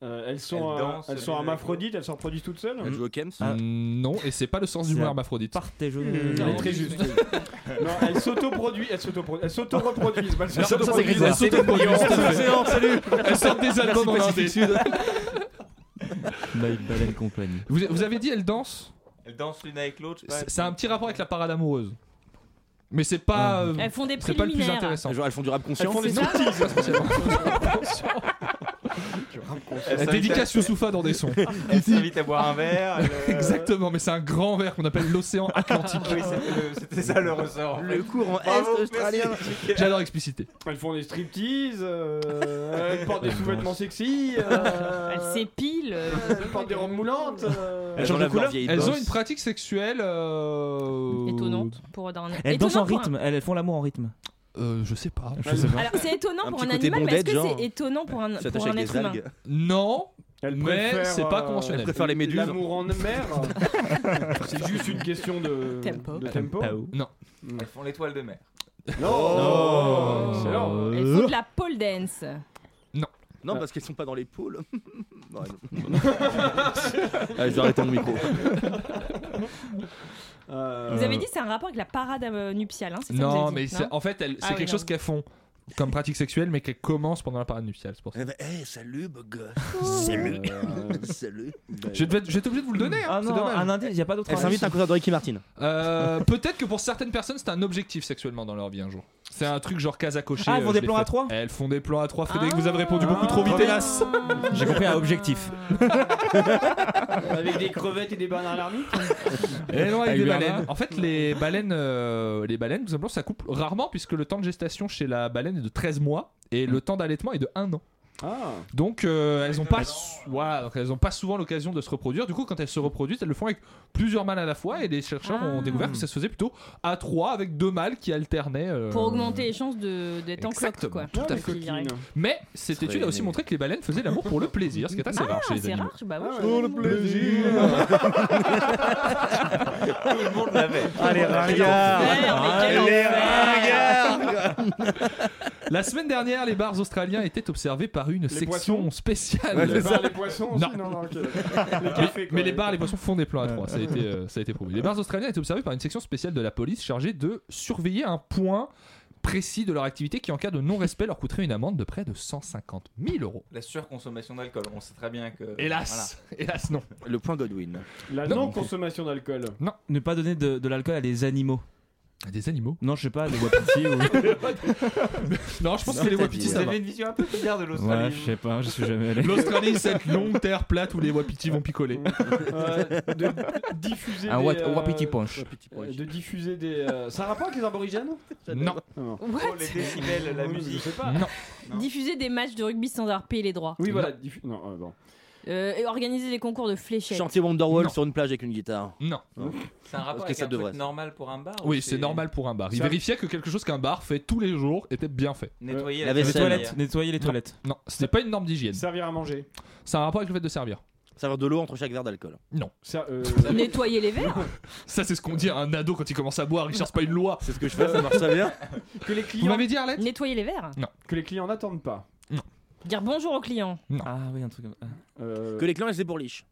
Speaker 2: Euh, elles sont,
Speaker 11: Elles
Speaker 2: euh,
Speaker 11: dansent,
Speaker 2: elles sont
Speaker 11: elles-
Speaker 2: hermaphrodites, elles se reproduisent toutes seules. hein
Speaker 11: Elles jouent au Kems Ah. Non, et c'est pas le sens du mot hermaphrodite.
Speaker 3: Partez, je
Speaker 2: Non, Hmm, elle est très juste. non, elles s'autoproduisent, elles s'autoproduisent, elles s'autoreproduisent. Elles
Speaker 11: Ça, ça, c'est
Speaker 2: s'autoproduisent.
Speaker 11: grisant. C'est bon,
Speaker 2: Elles
Speaker 11: c'est
Speaker 2: s'autoproduisent.
Speaker 11: fait. Océan, salut. Elles sortent des albums en
Speaker 2: Merci, Pacifique
Speaker 11: Inde.
Speaker 6: My Baleine Company.
Speaker 11: Vous, vous avez dit elles dansent
Speaker 8: Elles dansent l'une avec l'autre. je sais pas,
Speaker 11: C'est
Speaker 8: elles
Speaker 11: c'est un petit rapport avec la parade amoureuse. Mais c'est pas. euh,
Speaker 5: Elles font des
Speaker 11: C'est pas le plus
Speaker 5: préliminaires.
Speaker 11: intéressant.
Speaker 15: Genre, elles font du rap conscient.
Speaker 11: Elles font des
Speaker 15: C'est ça
Speaker 11: striptease, pas spécialement.
Speaker 8: Elles
Speaker 11: La
Speaker 8: s'invitent
Speaker 11: dédicace
Speaker 8: à-
Speaker 11: Youssoufa dans des sons.
Speaker 8: Elles s'invitent à boire un verre. elles, euh,
Speaker 11: Exactement, mais c'est un grand verre qu'on appelle l'océan Atlantique.
Speaker 8: Oui, c'était le- c'était ça le ressort. en fait. Bravo, merci.
Speaker 11: J'adore expliciter.
Speaker 2: Elles font des striptease, euh, elles portent des sous-vêtements sexy, euh,
Speaker 5: Elles s'épilent. euh,
Speaker 2: elles portent des robes moulantes. euh.
Speaker 11: Elles, ont,
Speaker 6: enlèvent leur vieille
Speaker 11: elles
Speaker 6: bosse.
Speaker 11: ont une pratique sexuelle. euh,
Speaker 5: Étonnante pour un
Speaker 3: Elles dansent en
Speaker 5: étonnant pour un-
Speaker 3: rythme, elles font l'amour en rythme.
Speaker 11: Euh, je sais pas.
Speaker 3: Je sais pas.
Speaker 5: Alors c'est étonnant
Speaker 3: Un
Speaker 5: pour
Speaker 3: petit
Speaker 5: un
Speaker 3: côté
Speaker 5: animal, mais est-ce que
Speaker 3: bondage, genre.
Speaker 5: c'est étonnant pour un,
Speaker 3: Ça
Speaker 5: pour
Speaker 3: attache
Speaker 5: un
Speaker 3: avec
Speaker 5: être
Speaker 3: des
Speaker 5: humain
Speaker 3: algues.
Speaker 11: Non,
Speaker 2: Elles
Speaker 11: mais
Speaker 2: préfèrent,
Speaker 11: c'est pas
Speaker 2: euh,
Speaker 11: conventionnel.
Speaker 2: L'amour en mer. c'est juste une question de
Speaker 8: Tempo.
Speaker 2: de tempo.
Speaker 11: Non.
Speaker 8: Elles font l'étoile de mer.
Speaker 2: Non.
Speaker 3: Oh.
Speaker 11: Non.
Speaker 2: Excellent.
Speaker 3: Euh.
Speaker 5: Elles font de la pole dance.
Speaker 15: Non, parce qu'elles sont pas dans les pôles. Non, elles- Ah, je vais arrêter mon micro.
Speaker 2: Euh,
Speaker 5: Vous avez dit c'est un rapport avec la parade euh, nuptiale, hein, c'est ça que vous avez
Speaker 11: Non,
Speaker 5: dit,
Speaker 11: mais c'est- en fait, elles-
Speaker 5: Ah
Speaker 11: c'est
Speaker 5: oui,
Speaker 11: quelque
Speaker 5: non.
Speaker 11: chose qu'elles font comme pratique sexuelle, mais qu'elles commencent pendant la parade nuptiale. c'est pour ça.
Speaker 4: ben,
Speaker 15: Eh, salut, beau gosse. Salut. Salut.
Speaker 11: Je vais, être- je vais être obligé de vous le donner. Hein,
Speaker 3: Ah non, un indice, il n'y a pas d'autre
Speaker 15: Elle s'invite à un concert de Ricky Martin.
Speaker 11: Euh, Peut-être que pour certaines personnes, c'est un objectif sexuellement dans leur vie un jour. C'est un truc genre case à cocher.
Speaker 3: Ah, elles font
Speaker 11: euh,
Speaker 3: des
Speaker 11: je l'ai
Speaker 3: plans à
Speaker 11: fait.
Speaker 3: trois Ah.
Speaker 11: Elles font des plans à trois. Frédéric, vous avez répondu beaucoup trop vite, hélas.
Speaker 3: J'ai compris un objectif.
Speaker 2: Avec des crevettes et des bananes l'armée
Speaker 11: Et non,
Speaker 8: Ah,
Speaker 11: avec
Speaker 3: Avec
Speaker 11: des
Speaker 3: Bernard.
Speaker 11: baleines. Ah, En fait, les baleines, euh, les baleines, tout simplement, ça couple rarement puisque le temps de gestation chez la baleine est de 13 mois et le temps d'allaitement est de 1 an.
Speaker 2: Ah.
Speaker 11: Donc euh, elles n'ont pas, sou- voilà, donc elles ont pas souvent l'occasion de se reproduire. Du coup, quand elles se reproduisent, elles le font avec plusieurs mâles à la fois. Et les chercheurs
Speaker 5: Ah.
Speaker 11: ont découvert que ça se faisait plutôt à 3 avec deux mâles qui alternaient. euh,
Speaker 5: Pour augmenter les chances de- d'être en cloque,
Speaker 11: Exactement,
Speaker 5: quoi.
Speaker 11: tout à
Speaker 5: Je
Speaker 11: fait.
Speaker 5: dirais.
Speaker 11: Mais cette étude a aussi montré que les baleines faisaient l'amour pour le plaisir, ce qui est assez
Speaker 5: Ah,
Speaker 11: rare chez les
Speaker 5: c'est
Speaker 11: animaux.
Speaker 5: rare, bah moi, je-
Speaker 11: Pour le plaisir.
Speaker 8: Tout le monde l'avait.
Speaker 11: Ah, les ringards. Ah,
Speaker 8: Les
Speaker 11: La semaine dernière, les bars australiens étaient observés par une section spéciale.
Speaker 2: Les bars, les poissons aussi Non, non, ok. Les cafés,
Speaker 11: mais,
Speaker 2: quoi.
Speaker 11: mais les bars, les poissons font des plans à trois. Ça a été, euh, ça a été prouvé. Les bars australiens étaient observés par une section spéciale de la police chargée de surveiller un point précis de leur activité qui, en cas de non-respect, leur coûterait une amende de près de 150 000 euros.
Speaker 8: La surconsommation d'alcool, on sait très bien que.
Speaker 11: Hélas, hélas, non.
Speaker 15: Le point Godwin.
Speaker 2: La
Speaker 3: Non.
Speaker 2: non-consommation d'alcool.
Speaker 11: Non,
Speaker 3: ne pas donner de, de l'alcool à des animaux.
Speaker 11: À des animaux
Speaker 3: Non, je sais pas, des wapitis ou.
Speaker 11: Non, je pense que les wapitis,
Speaker 8: Vous
Speaker 11: ça va.
Speaker 8: avez une vision un peu bizarre de l'Australie.
Speaker 3: Ouais, je sais pas, je suis jamais allé.
Speaker 11: L'Australie, cette longue terre plate où les wapitis vont picoler.
Speaker 2: Euh, de diffuser
Speaker 3: Un
Speaker 2: des,
Speaker 3: wa- wapiti punch.
Speaker 2: euh, De diffuser des. euh, Ça a rapport avec les aborigènes
Speaker 11: Non.
Speaker 2: Non.
Speaker 8: Oh, les décibels, la
Speaker 2: Oui,
Speaker 8: musique.
Speaker 2: Je sais pas.
Speaker 5: Diffuser des matchs de rugby sans avoir payé les droits.
Speaker 2: Oui, voilà. diffu- Non, euh, bon.
Speaker 5: Euh, et organiser des concours de fléchettes.
Speaker 15: Chantier Wonderwall
Speaker 11: Non.
Speaker 15: sur une plage avec une guitare.
Speaker 11: Non.
Speaker 8: C'est un rapport
Speaker 15: Parce que
Speaker 8: avec
Speaker 15: ça
Speaker 8: un truc
Speaker 15: devrait.
Speaker 8: normal pour un bar ou
Speaker 11: Oui, c'est normal pour un bar. Ils
Speaker 8: Ça-
Speaker 11: vérifiaient que quelque chose qu'un bar fait tous les jours était bien fait.
Speaker 8: Nettoyer
Speaker 15: La
Speaker 8: la
Speaker 15: vaisselle.
Speaker 8: toilette.
Speaker 3: Nettoyer les toilettes.
Speaker 11: Non, c'était pas une norme d'hygiène.
Speaker 2: Servir à manger.
Speaker 11: Ça a un rapport avec le fait de servir.
Speaker 15: Servir de l'eau entre chaque verre d'alcool.
Speaker 11: Non.
Speaker 2: Ça, euh,
Speaker 5: Nettoyer les verres.
Speaker 11: Ça, c'est ce qu'on dit à un ado quand il commence à boire. Il cherche pas une loi.
Speaker 15: C'est ce que je fais, ça marche très bien.
Speaker 2: que les
Speaker 11: Vous
Speaker 2: clients.
Speaker 11: m'avez dit, Arlette
Speaker 5: Nettoyer les verres.
Speaker 2: Que les clients n'attendent pas.
Speaker 5: Dire bonjour aux clients.
Speaker 3: Ah oui, un truc comme ça.
Speaker 2: Euh,
Speaker 15: Que les clans, elles se bourlichent.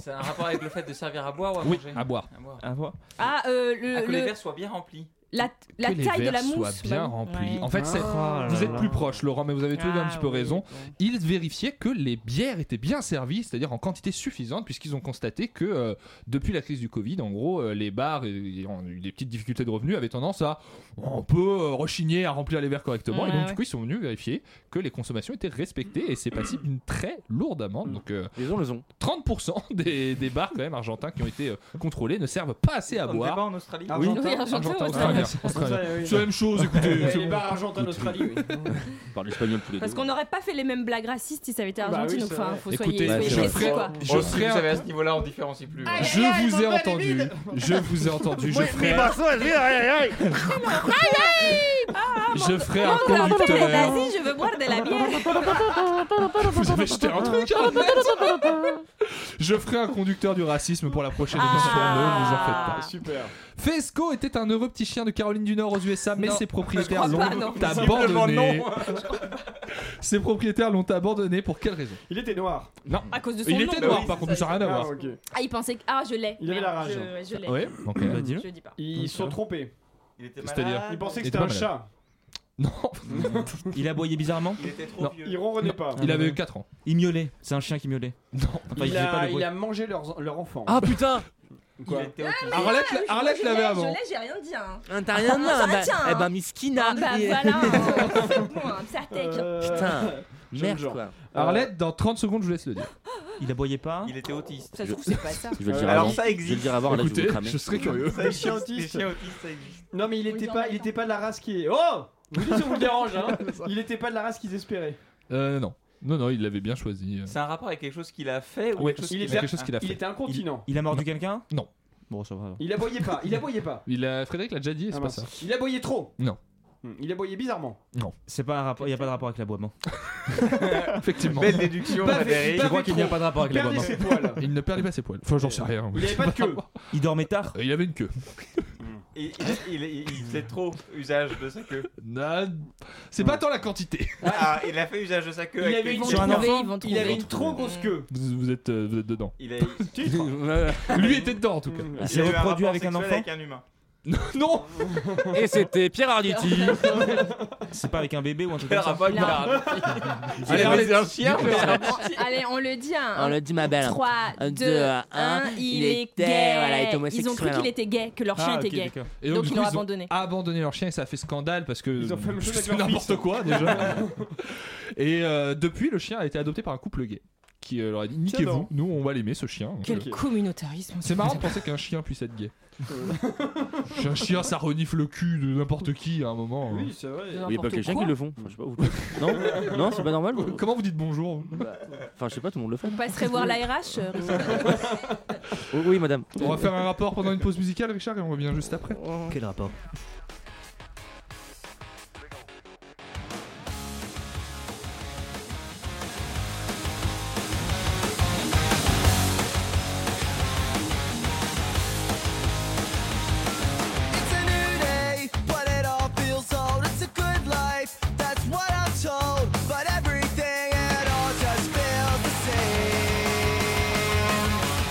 Speaker 8: C'est un rapport avec le fait de servir à boire ou à
Speaker 11: Oui,
Speaker 8: manger
Speaker 11: à boire.
Speaker 3: Ah, ouais.
Speaker 5: Ah, euh,
Speaker 8: Ah,
Speaker 5: le,
Speaker 8: que les
Speaker 5: le-
Speaker 8: verres soient bien remplis.
Speaker 5: la, la
Speaker 11: que les
Speaker 5: taille de
Speaker 11: verres
Speaker 5: la mousse.
Speaker 11: soient bien
Speaker 5: bah oui.
Speaker 11: remplis.
Speaker 5: Ouais.
Speaker 11: En fait, c'est-
Speaker 3: Ah,
Speaker 11: vous
Speaker 3: là,
Speaker 11: êtes
Speaker 3: là.
Speaker 11: plus proche, Laurent, mais vous avez tous les deux un
Speaker 5: Ah,
Speaker 11: petit peu
Speaker 5: oui,
Speaker 11: raison.
Speaker 5: bon.
Speaker 11: Ils vérifiaient que les bières étaient bien servies, c'est-à-dire en quantité suffisante, puisqu'ils ont constaté que euh, depuis la crise du Covid, en gros, euh, les bars euh, ont eu des petites difficultés de revenus, avaient tendance à on peut euh, rechigner à remplir les verres correctement.
Speaker 5: Ouais,
Speaker 11: et donc,
Speaker 5: ouais.
Speaker 11: du coup, ils sont venus vérifier que les consommations étaient respectées et c'est passible d'une très lourde amende. Donc, euh,
Speaker 15: Les ont, les ont.
Speaker 11: 30% des, des bars, quand même, argentins qui ont été euh, contrôlés ne servent pas assez à
Speaker 8: On ne fait pas
Speaker 11: boire.
Speaker 8: en Australie.
Speaker 2: Ah, oui.
Speaker 5: Oui, argentin,
Speaker 11: Argentin,
Speaker 5: ouais.
Speaker 11: Australien,
Speaker 2: Australien.
Speaker 11: Australien.
Speaker 2: Oui.
Speaker 11: C'est la même chose, écoutez.
Speaker 2: Les
Speaker 11: c'est bon.
Speaker 2: bars argentins d'Australie, oui.
Speaker 15: On parle espagnol tous les
Speaker 5: Parce
Speaker 15: deux.
Speaker 5: qu'on n'aurait pas fait les mêmes blagues racistes si ça avait été
Speaker 2: Bah
Speaker 5: argentin,
Speaker 2: oui,
Speaker 5: donc
Speaker 2: c'est
Speaker 5: enfin,
Speaker 2: vrai.
Speaker 5: faut
Speaker 11: Écoutez,
Speaker 5: soyez,
Speaker 11: je
Speaker 5: soyez précis,
Speaker 11: ferai,
Speaker 5: quoi.
Speaker 11: je
Speaker 8: Oh, si
Speaker 11: ferai
Speaker 8: vous savez, à
Speaker 11: un-
Speaker 8: ce niveau-là, on différencie plus. ouais.
Speaker 11: Je vous ai entendu. Je vous ai entendu. Je ferai,
Speaker 5: ah,
Speaker 11: je ferai un
Speaker 5: Mon grand-père est
Speaker 11: conducteur.
Speaker 5: nazi, je veux boire de la bière.
Speaker 11: Vous avez jeté un truc. Arlette
Speaker 5: hein
Speaker 11: Je ferai un conducteur du racisme pour la prochaine émission. Ne vous en faites pas.
Speaker 5: Ah.
Speaker 2: Super.
Speaker 11: Fesco était un heureux petit chien de Caroline du Nord aux USA, mais ses propriétaires
Speaker 5: Je
Speaker 11: l'ont
Speaker 5: crois pas, non.
Speaker 11: abandonné. Ses propriétaires l'ont abandonné pour quelle raison
Speaker 2: Il était noir.
Speaker 11: Non.
Speaker 5: À cause de son
Speaker 11: Il était
Speaker 5: nom.
Speaker 11: noir,
Speaker 5: Oui,
Speaker 11: par
Speaker 5: c'est
Speaker 11: contre,
Speaker 5: ça,
Speaker 11: ça n'a rien à voir.
Speaker 5: Ah, il pensait que. Ah, je l'ai.
Speaker 2: Il avait
Speaker 5: Merde,
Speaker 2: la rage.
Speaker 5: Je, je l'ai.
Speaker 11: Ouais, ok.
Speaker 5: Je
Speaker 11: Bah, dis-le.
Speaker 5: le dis pas.
Speaker 2: Ils se sont trompés.
Speaker 11: C'est-à-dire
Speaker 2: Ils pensaient que
Speaker 11: Il était
Speaker 2: c'était un
Speaker 11: pas malade.
Speaker 2: chat.
Speaker 3: Il aboyait bizarrement
Speaker 8: Il était trop
Speaker 3: Non.
Speaker 8: vieux.
Speaker 2: Il ronronnait
Speaker 8: Ah,
Speaker 2: pas.
Speaker 11: Il avait 4 ans.
Speaker 3: Il miaulait. C'est un chien qui miaulait. Non.
Speaker 2: Il a, il a mangé leurs- leur enfant.
Speaker 3: Ah, putain
Speaker 2: Quoi
Speaker 11: Arlette,
Speaker 5: Ah, je-
Speaker 11: Arlette
Speaker 5: je
Speaker 11: l'avait
Speaker 5: l'ai,
Speaker 11: avant.
Speaker 5: Je l'ai, j'ai rien dit. Hein.
Speaker 18: Ah, t'as rien dit,
Speaker 5: Ah,
Speaker 18: hein,
Speaker 5: j'ai
Speaker 18: bah-
Speaker 5: dit, hein.
Speaker 18: eh ben, Miskina.
Speaker 5: Ah, bah
Speaker 18: Et-
Speaker 5: voilà. hein. Faites-moi un psartec.
Speaker 11: Euh,
Speaker 5: Euh,
Speaker 18: Putain,
Speaker 11: J'aime
Speaker 18: merde,
Speaker 11: genre.
Speaker 18: quoi.
Speaker 11: Arlette, dans 30 secondes, je vous laisse le dire.
Speaker 3: Il aboyait pas
Speaker 8: Il était autiste.
Speaker 5: Ça se trouve, c'est pas ça.
Speaker 19: Je vais le dire
Speaker 8: Alors
Speaker 19: avant.
Speaker 8: ça existe.
Speaker 19: Je vais le dire avant, là, je vais
Speaker 11: Écoutez,
Speaker 19: vous cramer.
Speaker 11: je serais curieux.
Speaker 8: Ça existe,
Speaker 2: Chien autiste.
Speaker 8: Les chiens autistes, ça existe.
Speaker 2: Non mais il était pas, il était pas de la race qui est. Oh Vous dites si on vous dérange hein Il était pas de la race qu'ils espéraient.
Speaker 11: Euh, non. Non, non, il l'avait bien choisi. euh.
Speaker 8: C'est un rapport avec quelque chose qu'il a fait ou
Speaker 11: Ouais,
Speaker 8: quelque chose
Speaker 11: il
Speaker 8: qu'il
Speaker 11: était-
Speaker 8: a-
Speaker 11: quelque chose qu'il a
Speaker 2: Il
Speaker 11: fait.
Speaker 2: était incontinent.
Speaker 3: Il a mordu quelqu'un
Speaker 11: Non.
Speaker 3: Bon, ça va. alors.
Speaker 2: Il aboyait pas. Il aboyait pas.
Speaker 11: Il a... Frédéric l'a déjà dit, et c'est
Speaker 2: Ah,
Speaker 11: pas
Speaker 2: mince.
Speaker 11: ça.
Speaker 2: Il aboyait trop.
Speaker 11: Non.
Speaker 2: Hmm, Il aboyait bizarrement.
Speaker 11: Non.
Speaker 3: C'est pas un rapport. Il y a pas de rapport avec l'aboiement.
Speaker 11: Effectivement.
Speaker 8: Belle déduction,
Speaker 11: Bavez-
Speaker 8: Frédéric.
Speaker 11: bavez
Speaker 3: Je crois qu'il n'y a
Speaker 11: trop.
Speaker 3: pas de rapport avec
Speaker 11: Perdez
Speaker 3: l'aboiement.
Speaker 11: ses poils. Il ne perdait pas ses poils. Enfin, j'en sais rien.
Speaker 2: Il avait pas de queue.
Speaker 3: Il dormait tard.
Speaker 11: Il avait une queue.
Speaker 8: Il, il, il- il faisait trop usage de sa queue.
Speaker 11: Non, C'est pas tant la quantité.
Speaker 8: Ah, il a fait usage de sa queue.
Speaker 2: Il
Speaker 8: avec
Speaker 2: avait
Speaker 8: les
Speaker 2: une
Speaker 8: dents.
Speaker 2: trop-
Speaker 5: ils vont
Speaker 2: il avait
Speaker 5: trouver.
Speaker 2: une trop grosse queue.
Speaker 11: Vous, vous êtes, euh, vous êtes dedans.
Speaker 8: Il a,
Speaker 11: Lui était dedans en tout cas.
Speaker 8: il
Speaker 3: s'est
Speaker 8: a eu un
Speaker 3: reproduit
Speaker 8: rapport
Speaker 3: avec un
Speaker 8: sexuel
Speaker 3: enfant
Speaker 8: Avec un humain.
Speaker 11: non
Speaker 19: Et c'était Pierre Arditi.
Speaker 3: C'est pas avec un bébé ou un truc
Speaker 8: Quel
Speaker 3: comme ça.
Speaker 8: rapport avec
Speaker 5: Non.
Speaker 3: Il avait
Speaker 19: Arlette,
Speaker 3: un chien,
Speaker 19: dis-le.
Speaker 3: mais-
Speaker 5: Allez, on le dit. Hein.
Speaker 18: On le dit, ma belle.
Speaker 5: 3,
Speaker 18: Un,
Speaker 5: 2,
Speaker 18: deux,
Speaker 5: 1,
Speaker 18: un,
Speaker 5: il
Speaker 18: il
Speaker 5: est
Speaker 18: était-
Speaker 5: gay.
Speaker 18: voilà, il est
Speaker 5: Ils ont cru
Speaker 18: homosexuel. hein.
Speaker 5: qu'il était gay, que leur chien
Speaker 3: Ah,
Speaker 5: était
Speaker 3: ok,
Speaker 5: gay.
Speaker 3: d'accord.
Speaker 11: Et
Speaker 5: Donc
Speaker 11: du
Speaker 5: ils
Speaker 11: coup,
Speaker 5: l'ont
Speaker 11: ils ont
Speaker 5: abandonné.
Speaker 11: abandonné leur chien et ça a fait scandale parce que
Speaker 2: Ils ont fait la même chose avec
Speaker 11: c'est
Speaker 2: leur
Speaker 11: n'importe
Speaker 2: fils.
Speaker 11: quoi déjà. et euh, depuis, le chien a été adopté par un couple gay qui euh, leur a dit niquez-vous,
Speaker 2: non.
Speaker 11: nous on va l'aimer ce chien. Donc,
Speaker 5: Quel
Speaker 11: euh,
Speaker 5: communautarisme.
Speaker 11: C'est marrant de penser qu'un chien puisse être gay. un chien, ça renifle le cul de n'importe qui à un moment. hein.
Speaker 2: Oui, c'est vrai.
Speaker 19: Il y a pas que les chiens qui le font. Enfin, je sais pas, vous... non, non, c'est pas normal. vous.
Speaker 11: Comment vous dites bonjour
Speaker 8: Bah,
Speaker 19: Enfin, je sais pas, tout le monde le fait.
Speaker 5: Vous passerez voir la RH euh,
Speaker 19: Oui, oui, madame.
Speaker 11: On va faire un rapport pendant une pause musicale, Richard, et on revient juste après.
Speaker 14: Quel rapport
Speaker 20: It's a new day, but it all feels old. It's a good life, that's what I'm told. But everything, it all just feels the same.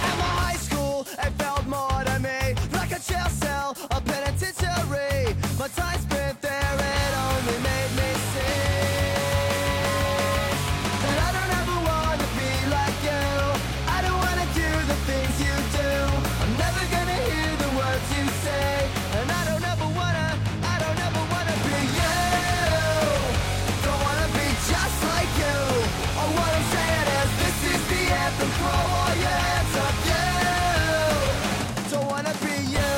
Speaker 20: At my high school, it felt more to me like a jail cell, a penitentiary. My time spent there, it only made me sick. And I don't ever wanna be like you. I don't wanna do the things you do. I'm never gonna hear the words you say. And I don't ever wanna, I don't ever wanna be you. Don't wanna be just like you. Oh, what I'm saying is this is the anthem for all your hands up you. Don't wanna be you.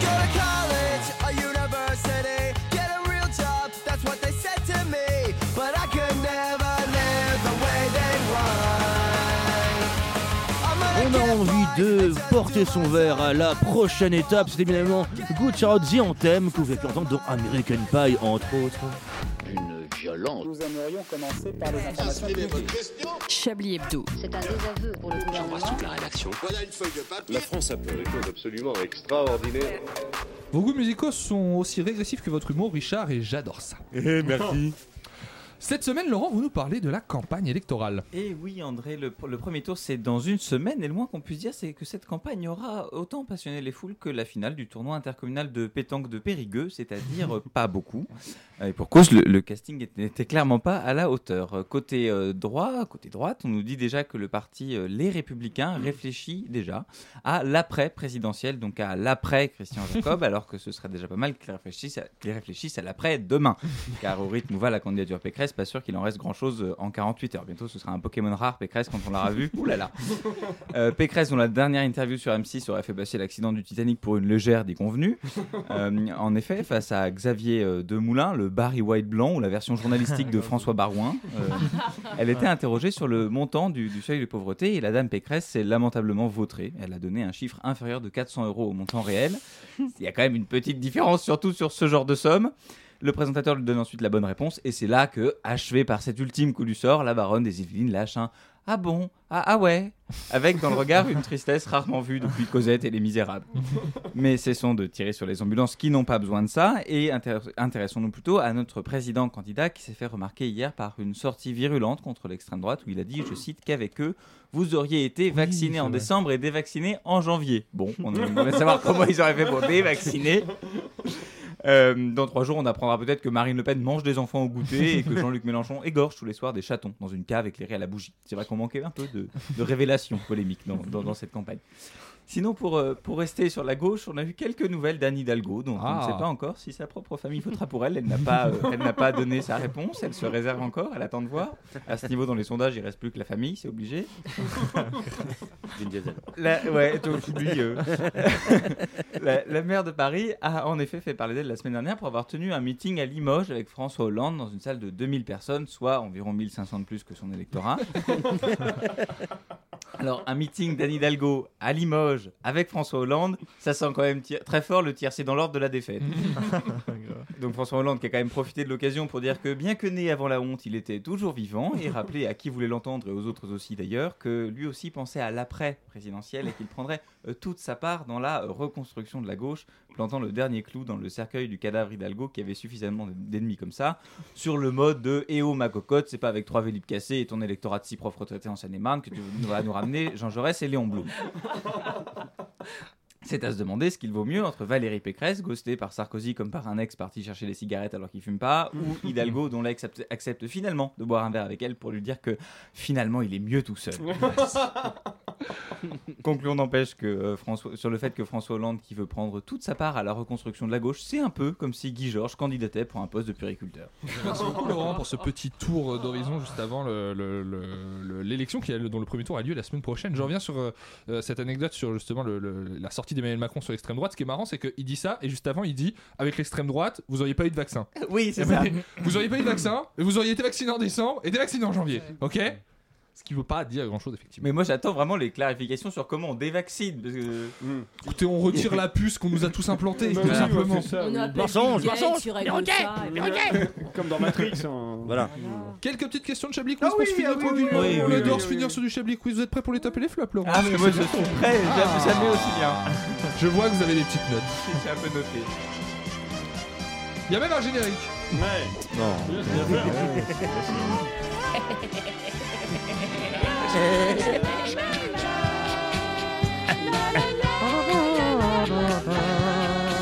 Speaker 20: Go to college or university, get a real job, that's what they said to me. But I could never live the way they want. I'm gonna
Speaker 4: On a envie de porter son verre à la prochaine étape, c'est évidemment Good Charlotte The Anthem que vous avez pu entendre dans American Pie entre autres.
Speaker 21: Une violente.
Speaker 7: Nous aimerions commencer par les
Speaker 21: informations publiques.
Speaker 7: Chablis Hebdo. C'est un désaveu pour le gouvernement.
Speaker 21: La rédaction. Voilà une feuille de papier. La France a peur.
Speaker 22: Des choses absolument extraordinaires.
Speaker 11: Vos goûts musicaux sont aussi régressifs que votre humour, Richard, et j'adore ça.
Speaker 19: Eh,
Speaker 11: merci. Cette semaine, Laurent, vous nous parlez de la campagne électorale.
Speaker 8: Et Eh oui, André, le, le premier tour, c'est dans une semaine. Et le moins qu'on puisse dire, c'est que cette campagne aura autant passionné les foules que la finale du tournoi intercommunal de pétanque de Périgueux, c'est-à-dire euh, pas beaucoup. Et pour cause, le, le casting est- n'était clairement pas à la hauteur. Euh, Côté euh, droit, côté droite, on nous dit déjà que le parti euh, Les Républicains réfléchit déjà à l'après présidentiel, donc à l'après Christian Jacob, alors que ce serait déjà pas mal qu'ils réfléchissent à, qu'ils réfléchissent à l'après demain. Car au rythme où va la candidature Pécresse, pas sûr qu'il en reste grand-chose euh, en 48 heures. Bientôt, ce sera un Pokémon rare Pécresse quand on l'aura vu. Ouh là là. Euh, Pécresse, dont la dernière interview sur M6 aurait fait passer l'accident du Titanic pour une légère déconvenue. Euh, en effet, face à Xavier euh, Demoulin, le Barry White blanc ou la version journalistique de François Barouin, euh, elle était interrogée sur le montant du, du seuil de pauvreté et la dame Pécresse s'est lamentablement vautrée. Elle a donné un chiffre inférieur de 400 euros au montant réel. Il y a quand même une petite différence, surtout sur ce genre de somme. Le présentateur lui donne ensuite la bonne réponse et c'est là que, achevé par cet ultime coup du sort, la baronne des Yvelines lâche un Ah bon ah, ah ouais Avec dans le regard une tristesse rarement vue depuis Cosette et Les Misérables. Mais cessons de tirer sur les ambulances qui n'ont pas besoin de ça et intér- intéressons-nous plutôt à notre président candidat qui s'est fait remarquer hier par une sortie virulente contre l'extrême droite où il a dit, je cite, qu'avec eux, vous auriez été vaccinés en décembre et dévaccinés en janvier. Bon, on aimerait savoir comment ils auraient fait pour dévacciner. Euh, dans trois jours, on apprendra peut-être que Marine Le Pen mange des enfants au goûter et que Jean-Luc Mélenchon égorge tous les soirs des chatons dans une cave éclairée à la bougie. C'est vrai qu'on manquait un peu de, de révélations polémiques dans, dans- dans cette campagne. Sinon, pour, euh, pour rester sur la gauche, on a eu quelques nouvelles d'Anne Hidalgo, dont on
Speaker 11: Ah.
Speaker 8: ne sait pas encore si sa propre famille votera pour elle. Elle n'a pas, euh, elle n'a pas donné sa réponse, elle se réserve encore, elle attend de voir. À ce niveau, dans les sondages, il reste plus que la famille, c'est obligé.
Speaker 15: Vin Diesel.
Speaker 8: La, ouais, toi, tu oublies, euh. la, la maire de Paris a en effet fait parler d'elle la semaine dernière pour avoir tenu un meeting à Limoges avec François Hollande dans une salle de 2000 personnes, soit environ 1500 de plus que son électorat. Alors, un meeting d'Anne Hidalgo à Limoges avec François Hollande, ça sent quand même ti- très fort le tiercé dans l'ordre de la défaite. Donc François Hollande qui a quand même profité de l'occasion pour dire que bien que né avant la honte, il était toujours vivant et rappeler à qui voulait l'entendre et aux autres aussi d'ailleurs que lui aussi pensait à l'après présidentiel et qu'il prendrait euh, toute sa part dans la euh, reconstruction de la gauche, plantant le dernier clou dans le cercueil du cadavre Hidalgo qui avait suffisamment d'ennemis comme ça, sur le mode de Eh oh ma cocotte, c'est pas avec trois vélib cassés et ton électorat de six profs retraités en Seine-et-Marne que tu vas nous ramener Jean Jaurès et Léon Blum. C'est à se demander ce qu'il vaut mieux entre Valérie Pécresse, ghostée par Sarkozy comme par un ex parti chercher des cigarettes alors qu'il fume pas, ou Hidalgo dont l'ex accepte- accepte finalement de boire un verre avec elle pour lui dire que finalement il est mieux tout seul. Concluons n'empêche que euh, François, sur le fait que François Hollande qui veut prendre toute sa part à la reconstruction de la gauche, c'est un peu comme si Guy Georges candidatait pour un poste de puriculteur.
Speaker 11: Merci beaucoup Laurent pour ce petit tour d'horizon juste avant le- le- le- le- l'élection qui a- dont le premier tour a lieu la semaine prochaine. Je reviens sur euh, euh, cette anecdote sur justement le- le- la sortie d'Emmanuel Macron sur l'extrême droite. Ce qui est marrant, c'est qu'il dit ça et juste avant il dit avec l'extrême droite, vous auriez pas eu de vaccin.
Speaker 8: Oui,
Speaker 11: c'est ça. Vous auriez pas eu de vaccin, et vous auriez été vacciné en décembre et dévacciné en janvier. Ok Ce qui veut pas dire grand chose effectivement.
Speaker 8: Mais moi j'attends vraiment les clarifications sur comment on dévaccine. Parce que...
Speaker 11: Écoutez, on retire la puce qu'on nous a tous implantée,
Speaker 8: Bah
Speaker 11: tout
Speaker 8: oui,
Speaker 11: simplement.
Speaker 8: on fait ça,
Speaker 2: On oui. appelle
Speaker 11: Mensonge,
Speaker 2: Bill Gates,
Speaker 11: mensonge.
Speaker 2: il
Speaker 11: Mais
Speaker 2: règle
Speaker 11: ok,
Speaker 2: ça,
Speaker 11: mais
Speaker 2: oui.
Speaker 11: ok.
Speaker 2: Comme dans Matrix. hein.
Speaker 11: Voilà. Quelques petites questions de Chablis Quiz
Speaker 2: Ah
Speaker 11: pour
Speaker 2: oui,
Speaker 11: se finir
Speaker 2: ah oui,
Speaker 11: tranquillement.
Speaker 2: oui, oui,
Speaker 11: on
Speaker 2: oui,
Speaker 11: adore
Speaker 2: oui,
Speaker 11: se finir sur du Chablis Quiz. Vous êtes prêts pour les taper les flops, Laurent Ah.
Speaker 8: Ah, mais moi, je suis prêt,
Speaker 2: Ah.
Speaker 8: j'aime jamais aussi bien.
Speaker 11: Je vois que vous avez des petites notes.
Speaker 8: J'ai un peu noté.
Speaker 11: Il y a même un générique.
Speaker 15: Non.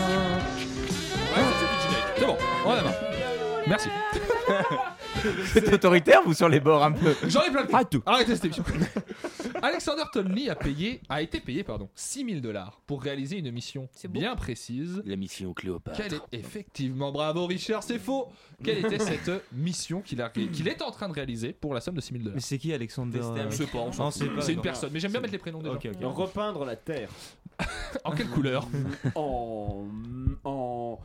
Speaker 11: Ouais, ça, c'est petit générique. C'est bon, on en a marre. Merci.
Speaker 8: C'est autoritaire vous sur les bords un peu
Speaker 11: J'en ai plein de tout. Arrêtez cette émission. Alexander Tolny a payé, a été payé pardon, 6000 dollars pour réaliser une mission bien précise.
Speaker 15: La mission Cléopâtre.
Speaker 11: Quelle est effectivement bravo Richard, c'est faux. Quelle était cette mission qu'il a qu'il est en train de réaliser pour la somme de 6000 dollars Mais
Speaker 6: c'est qui Alexander
Speaker 11: Je sais pas, on s'en
Speaker 6: Non,
Speaker 11: fout.
Speaker 6: c'est pas,
Speaker 11: c'est une
Speaker 6: non.
Speaker 11: personne, mais j'aime bien mettre les prénoms des gens.
Speaker 2: Repeindre la terre.
Speaker 11: En quelle couleur
Speaker 2: En. En.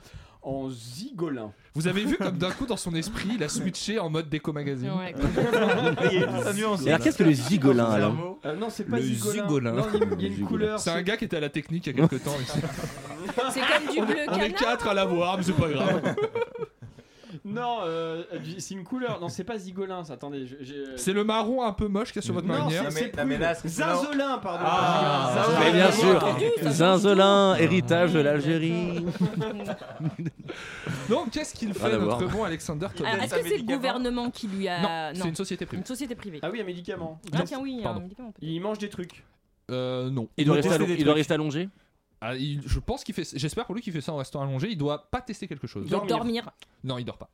Speaker 2: En zigolin.
Speaker 11: Vous avez vu comme d'un coup dans son esprit, il a switché en mode déco magazine.
Speaker 2: Ouais,
Speaker 15: Et alors, qu'est-ce que le zigolin alors
Speaker 2: Euh, non, c'est pas
Speaker 11: Le
Speaker 2: zigolin.
Speaker 11: zigolin.
Speaker 2: Non, il y a une- il y a une couleur.
Speaker 11: C'est un gars qui était à la technique il y a quelques temps ici.
Speaker 2: C'est comme
Speaker 11: on est, on est quatre à l'avoir, mais c'est pas grave.
Speaker 2: Non, euh, du- c'est une couleur. Non, c'est pas zigolin. ça, Attendez, je- j'ai- euh,
Speaker 11: C'est le marron un peu moche qu'il y a sur votre
Speaker 2: Non,
Speaker 11: marinière.
Speaker 2: c'est- c'est plus- Zinzolin, pardon. pas
Speaker 11: Ah,
Speaker 2: zigolin.
Speaker 11: mais
Speaker 2: Zinzolin.
Speaker 11: bien sûr.
Speaker 15: Zinzolin,
Speaker 2: Ah.
Speaker 15: héritage de l'Algérie.
Speaker 11: Donc, qu'est-ce qu'il fait
Speaker 15: Rien à
Speaker 11: notre
Speaker 15: voir.
Speaker 11: bon Alexander Tobin
Speaker 5: Alors, Ah, Est-ce que c'est le gouvernement qui lui a.
Speaker 11: Non, c'est une société privée.
Speaker 5: Une société privée.
Speaker 2: Ah oui, un médicament.
Speaker 5: Ah tiens, oui, un
Speaker 11: Pardon.
Speaker 5: médicament.
Speaker 2: Il mange des trucs.
Speaker 11: Euh, non.
Speaker 15: Il doit rester allo- il doit rester
Speaker 11: allongé je pense qu'il fait. J'espère pour lui qu'il fait ça en restant allongé. Il doit pas tester quelque chose.
Speaker 5: Il doit Dormir. dormir.
Speaker 11: Non, il dort pas.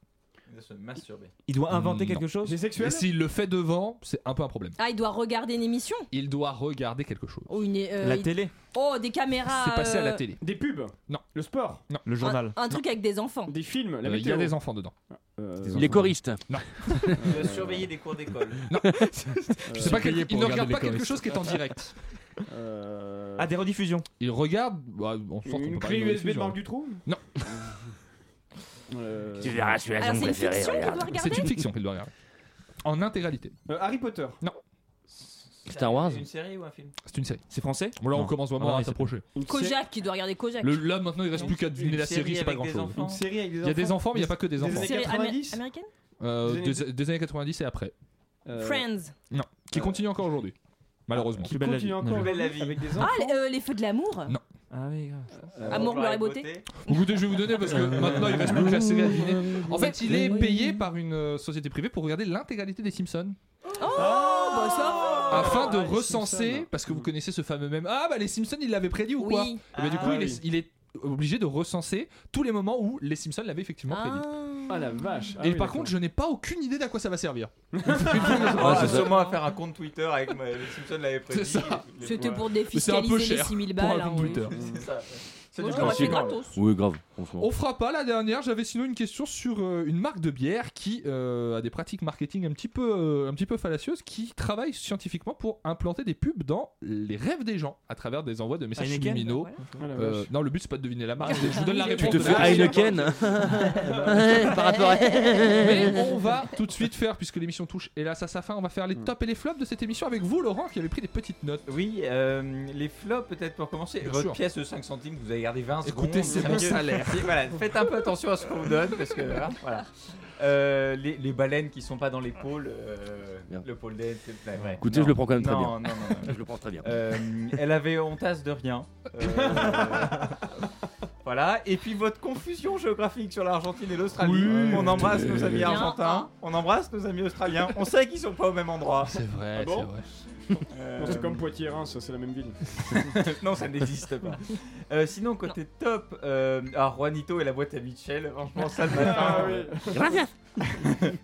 Speaker 8: Il doit se masturber.
Speaker 6: Il doit inventer quelque chose
Speaker 2: C'est sexuel
Speaker 11: Et s'il le fait devant, c'est un peu un problème.
Speaker 5: Ah, il doit regarder une émission
Speaker 11: Il doit regarder quelque chose.
Speaker 5: Oh, une, euh, il- Oh, des caméras.
Speaker 11: C'est passé à la
Speaker 5: euh,
Speaker 11: télé.
Speaker 2: Des pubs
Speaker 11: Non.
Speaker 2: Le sport
Speaker 11: Non.
Speaker 6: Le
Speaker 5: Un, un truc avec des enfants.
Speaker 2: Des films, la
Speaker 11: Euh, Il y
Speaker 2: météo.
Speaker 11: a des enfants dedans.
Speaker 4: euh,
Speaker 15: Il est choriste.
Speaker 11: Non. Euh,
Speaker 8: De surveiller des cours d'école.
Speaker 11: Je sais pas quel-
Speaker 6: payé
Speaker 11: Il
Speaker 6: pour
Speaker 11: ne
Speaker 6: regarder
Speaker 11: regarde pas
Speaker 6: les
Speaker 11: quelque
Speaker 6: choristes.
Speaker 11: chose qui est en direct.
Speaker 2: Euh,
Speaker 6: Ah, des rediffusions.
Speaker 11: Il regarde. bah, on sort qu'on
Speaker 2: Une
Speaker 11: peut parler
Speaker 2: clé
Speaker 11: de
Speaker 2: USB de
Speaker 11: rediffusion.
Speaker 2: Marc Dutroux
Speaker 11: hein. Non.
Speaker 2: Euh,
Speaker 15: Tu verras, celui-là, Ah, c'est Alors, mon c'est une préféré, fiction qu'il regarde. doit regarder
Speaker 11: C'est une fiction qu'il doit regarder. En intégralité.
Speaker 2: euh, Harry Potter.
Speaker 11: Non.
Speaker 15: Star Wars
Speaker 8: Une série ou un film
Speaker 11: C'est une série.
Speaker 6: C'est français
Speaker 11: Bon, là, on
Speaker 6: Non.
Speaker 11: commence vraiment
Speaker 6: Ah,
Speaker 11: à
Speaker 6: oui, c'est
Speaker 11: s'approcher.
Speaker 5: Kojak, qui doit regarder Kojak.
Speaker 11: Le, là, maintenant, il reste plus qu'à deviner
Speaker 8: une
Speaker 11: la série,
Speaker 8: série
Speaker 11: c'est pas
Speaker 8: avec
Speaker 11: grand
Speaker 8: des
Speaker 11: chose.
Speaker 8: enfants. Une
Speaker 2: série avec des
Speaker 11: Il y a des
Speaker 2: enfants
Speaker 11: enfants, mais il n'y a pas que des
Speaker 2: Des
Speaker 11: enfants.
Speaker 2: années
Speaker 5: Série amé-
Speaker 2: 90.
Speaker 5: américaine
Speaker 11: Euh,
Speaker 2: Des années-
Speaker 11: des, des années 90 et après.
Speaker 2: Euh,
Speaker 5: Friends.
Speaker 11: Non, qui continue encore aujourd'hui. Malheureusement.
Speaker 2: Qui belle la continue vie. encore Plus belle la aujourd'hui, vie. avec des
Speaker 5: Ah, l- euh, les feux de l'amour
Speaker 11: Non.
Speaker 5: Ah oui.
Speaker 2: Euh,
Speaker 5: Amour, gloire et beauté.
Speaker 11: Écoutez, je vais vous donner parce que maintenant il reste plus que la série à deviner. En fait, il est payé par une euh, société privée pour regarder l'intégralité des Simpsons.
Speaker 5: Oh, bah ça va.
Speaker 11: Afin
Speaker 8: Ah,
Speaker 11: de recenser, parce que vous connaissez ce fameux même. Ah bah les Simpsons, il l'avait prédit ou quoi
Speaker 5: Oui.
Speaker 11: Et bah, Du
Speaker 5: Ah,
Speaker 11: coup, il
Speaker 5: oui.
Speaker 11: est, il est obligé de recenser tous les moments où les Simpsons l'avaient effectivement prédit.
Speaker 2: Ah la vache.
Speaker 11: Et par contre, je n'ai pas aucune idée d'à quoi ça va servir.
Speaker 8: Ah, c'est sûrement à faire un compte Twitter avec ma- les Simpsons l'avaient prédit.
Speaker 11: C'est ça.
Speaker 8: Les-
Speaker 5: C'était
Speaker 8: ouais.
Speaker 5: pour défiscaliser les 6000 balles. hein, oui.
Speaker 8: C'est ça. C'est
Speaker 5: Moi,
Speaker 8: du
Speaker 5: je l'aurais fait
Speaker 8: gratuit.
Speaker 5: gratos.
Speaker 15: Oui, grave. On se
Speaker 11: On fera pas la dernière. J'avais sinon une question sur euh, une marque de bière qui euh, a des pratiques marketing un petit peu, euh, un petit peu fallacieuses, qui travaille scientifiquement pour implanter des pubs dans les rêves des gens à travers des envois de messages
Speaker 15: Heineken,
Speaker 11: subliminaux.
Speaker 15: voilà. Ah, la
Speaker 11: Euh,
Speaker 15: vache.
Speaker 11: non, le but c'est pas de deviner la marque. Je vous donne la
Speaker 15: Tu
Speaker 11: réponse.
Speaker 15: te
Speaker 11: de
Speaker 15: fais
Speaker 11: la-
Speaker 15: Heineken Par rapport à-
Speaker 11: Mais on va tout de suite faire puisque l'émission touche. Et là, ça sa fin. On va faire les
Speaker 15: Hmm.
Speaker 11: tops et les flops de cette émission avec vous, Laurent, qui avait pris des petites notes.
Speaker 8: Oui, euh, les flops peut-être pour commencer.
Speaker 11: Bien
Speaker 8: Votre
Speaker 11: sûr.
Speaker 8: pièce de 5 centimes que vous avez gardé 20
Speaker 11: Écoutez,
Speaker 8: secondes.
Speaker 11: c'est mon salaire.
Speaker 8: Et voilà, faites un peu attention à ce qu'on vous donne parce que hein, voilà. Euh, les, les baleines qui sont pas dans les pôles, euh, le pôle d'aide, c'est ouais, ouais.
Speaker 15: Écoutez, je le prends quand même très bien.
Speaker 8: Non, non, non, non.
Speaker 15: Je le prends très bien.
Speaker 8: Euh, elle avait hontasse de rien. Euh, voilà. Et puis votre confusion géographique sur l'Argentine et l'Australie.
Speaker 11: Oui.
Speaker 8: on embrasse nos amis
Speaker 11: Bien.
Speaker 8: argentins, on embrasse nos amis australiens. Ah, On sait qu'ils sont pas au même endroit.
Speaker 11: C'est vrai,
Speaker 8: Ah bon
Speaker 11: c'est vrai.
Speaker 8: Euh,
Speaker 2: Non, c'est comme Poitiers Reims, ça, c'est la même ville.
Speaker 8: non, ça n'existe pas. Euh, sinon, côté top, euh, alors Juanito et la boîte à Mitchell, franchement, ça le matin.
Speaker 2: Ah
Speaker 8: euh,
Speaker 2: oui. Gracias.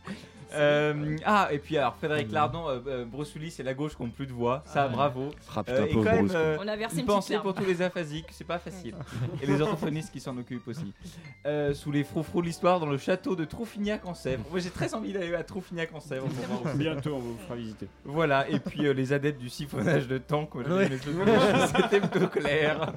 Speaker 8: Euh, ah, et puis alors, Frédéric Lardon, euh, euh, Bruce Willis et la gauche qui ont plus de voix, ça
Speaker 2: Mm. Ah ouais.
Speaker 8: bravo.
Speaker 15: Ah, putain,
Speaker 8: Euh, et quand
Speaker 15: pauvre
Speaker 8: même,
Speaker 15: Bruce.
Speaker 8: euh,
Speaker 5: On a versé
Speaker 8: une
Speaker 5: une
Speaker 8: pensée
Speaker 5: petite
Speaker 8: pour
Speaker 5: larme.
Speaker 8: tous les aphasiques, c'est pas facile. et les orthophonistes qui s'en occupent aussi. Euh, sous les froufrous de l'histoire dans le château de Troufignac en Sèvres. Moi j'ai très envie d'aller à Troufignac en Sèvres.
Speaker 2: Bientôt, on vous fera visiter.
Speaker 8: Voilà, et puis euh, les adeptes du siphonnage de temps, quoi.
Speaker 2: Ouais.
Speaker 8: C'était plutôt clair.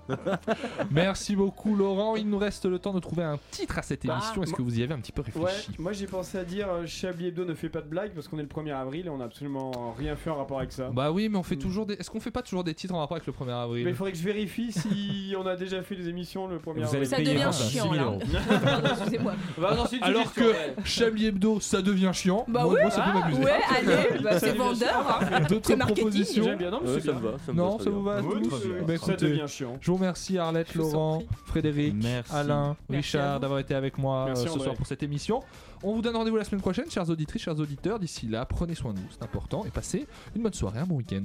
Speaker 11: Merci beaucoup, Laurent. Il nous reste le temps de trouver un titre à cette
Speaker 2: Bah,
Speaker 11: émission. Est-ce
Speaker 2: moi-
Speaker 11: que vous y avez un petit peu
Speaker 2: Ouais,
Speaker 11: réfléchi
Speaker 2: moi j'ai pensé à dire euh, Chablis Hebdo ne fait pas de blagues parce qu'on est le 1er avril et on a absolument rien fait en rapport avec ça.
Speaker 11: Bah oui, mais on fait toujours des. Est-ce qu'on fait pas toujours des titres en rapport avec le 1er avril
Speaker 2: Hmm. Mais il faudrait que je vérifie si on a déjà fait des émissions le 1er
Speaker 11: Vous allez
Speaker 2: avril.
Speaker 11: Ça payer devient 26 000 chiant, là. euros.
Speaker 2: Pardon, excusez-moi. Bah, non, c'est une
Speaker 11: Alors
Speaker 2: suggestion,
Speaker 11: que
Speaker 2: ouais.
Speaker 11: Chablis Hebdo, ça devient chiant.
Speaker 2: Bah
Speaker 11: Moi,
Speaker 2: ouais,
Speaker 11: moi, ça peut
Speaker 2: ah,
Speaker 11: m'amuser.
Speaker 2: ouais, allez, bah, c'est vendeur, hein.
Speaker 11: D'autres
Speaker 2: C'est marketing.
Speaker 11: propositions
Speaker 2: J'aime bien, non, mais Ouais, c'est ça me bien. va, ça me va
Speaker 11: Non,
Speaker 2: très
Speaker 11: ça vous
Speaker 2: bien.
Speaker 11: va
Speaker 2: Ouais,
Speaker 11: tous
Speaker 2: très bien.
Speaker 11: Bah,
Speaker 2: Ça
Speaker 11: écoutez,
Speaker 2: devient chiant.
Speaker 11: Je vous remercie Arlette,
Speaker 2: vous en
Speaker 11: Laurent, Frédéric,
Speaker 2: Merci.
Speaker 11: Alain,
Speaker 2: Merci à
Speaker 11: Richard
Speaker 2: vous.
Speaker 11: d'avoir été avec moi euh,
Speaker 2: Merci,
Speaker 11: ce
Speaker 2: André.
Speaker 11: soir pour cette émission. On vous donne rendez-vous la semaine prochaine, chers auditrices, chers auditeurs. D'ici là, prenez soin de vous, c'est important. Et passez une bonne soirée, un bon week-end.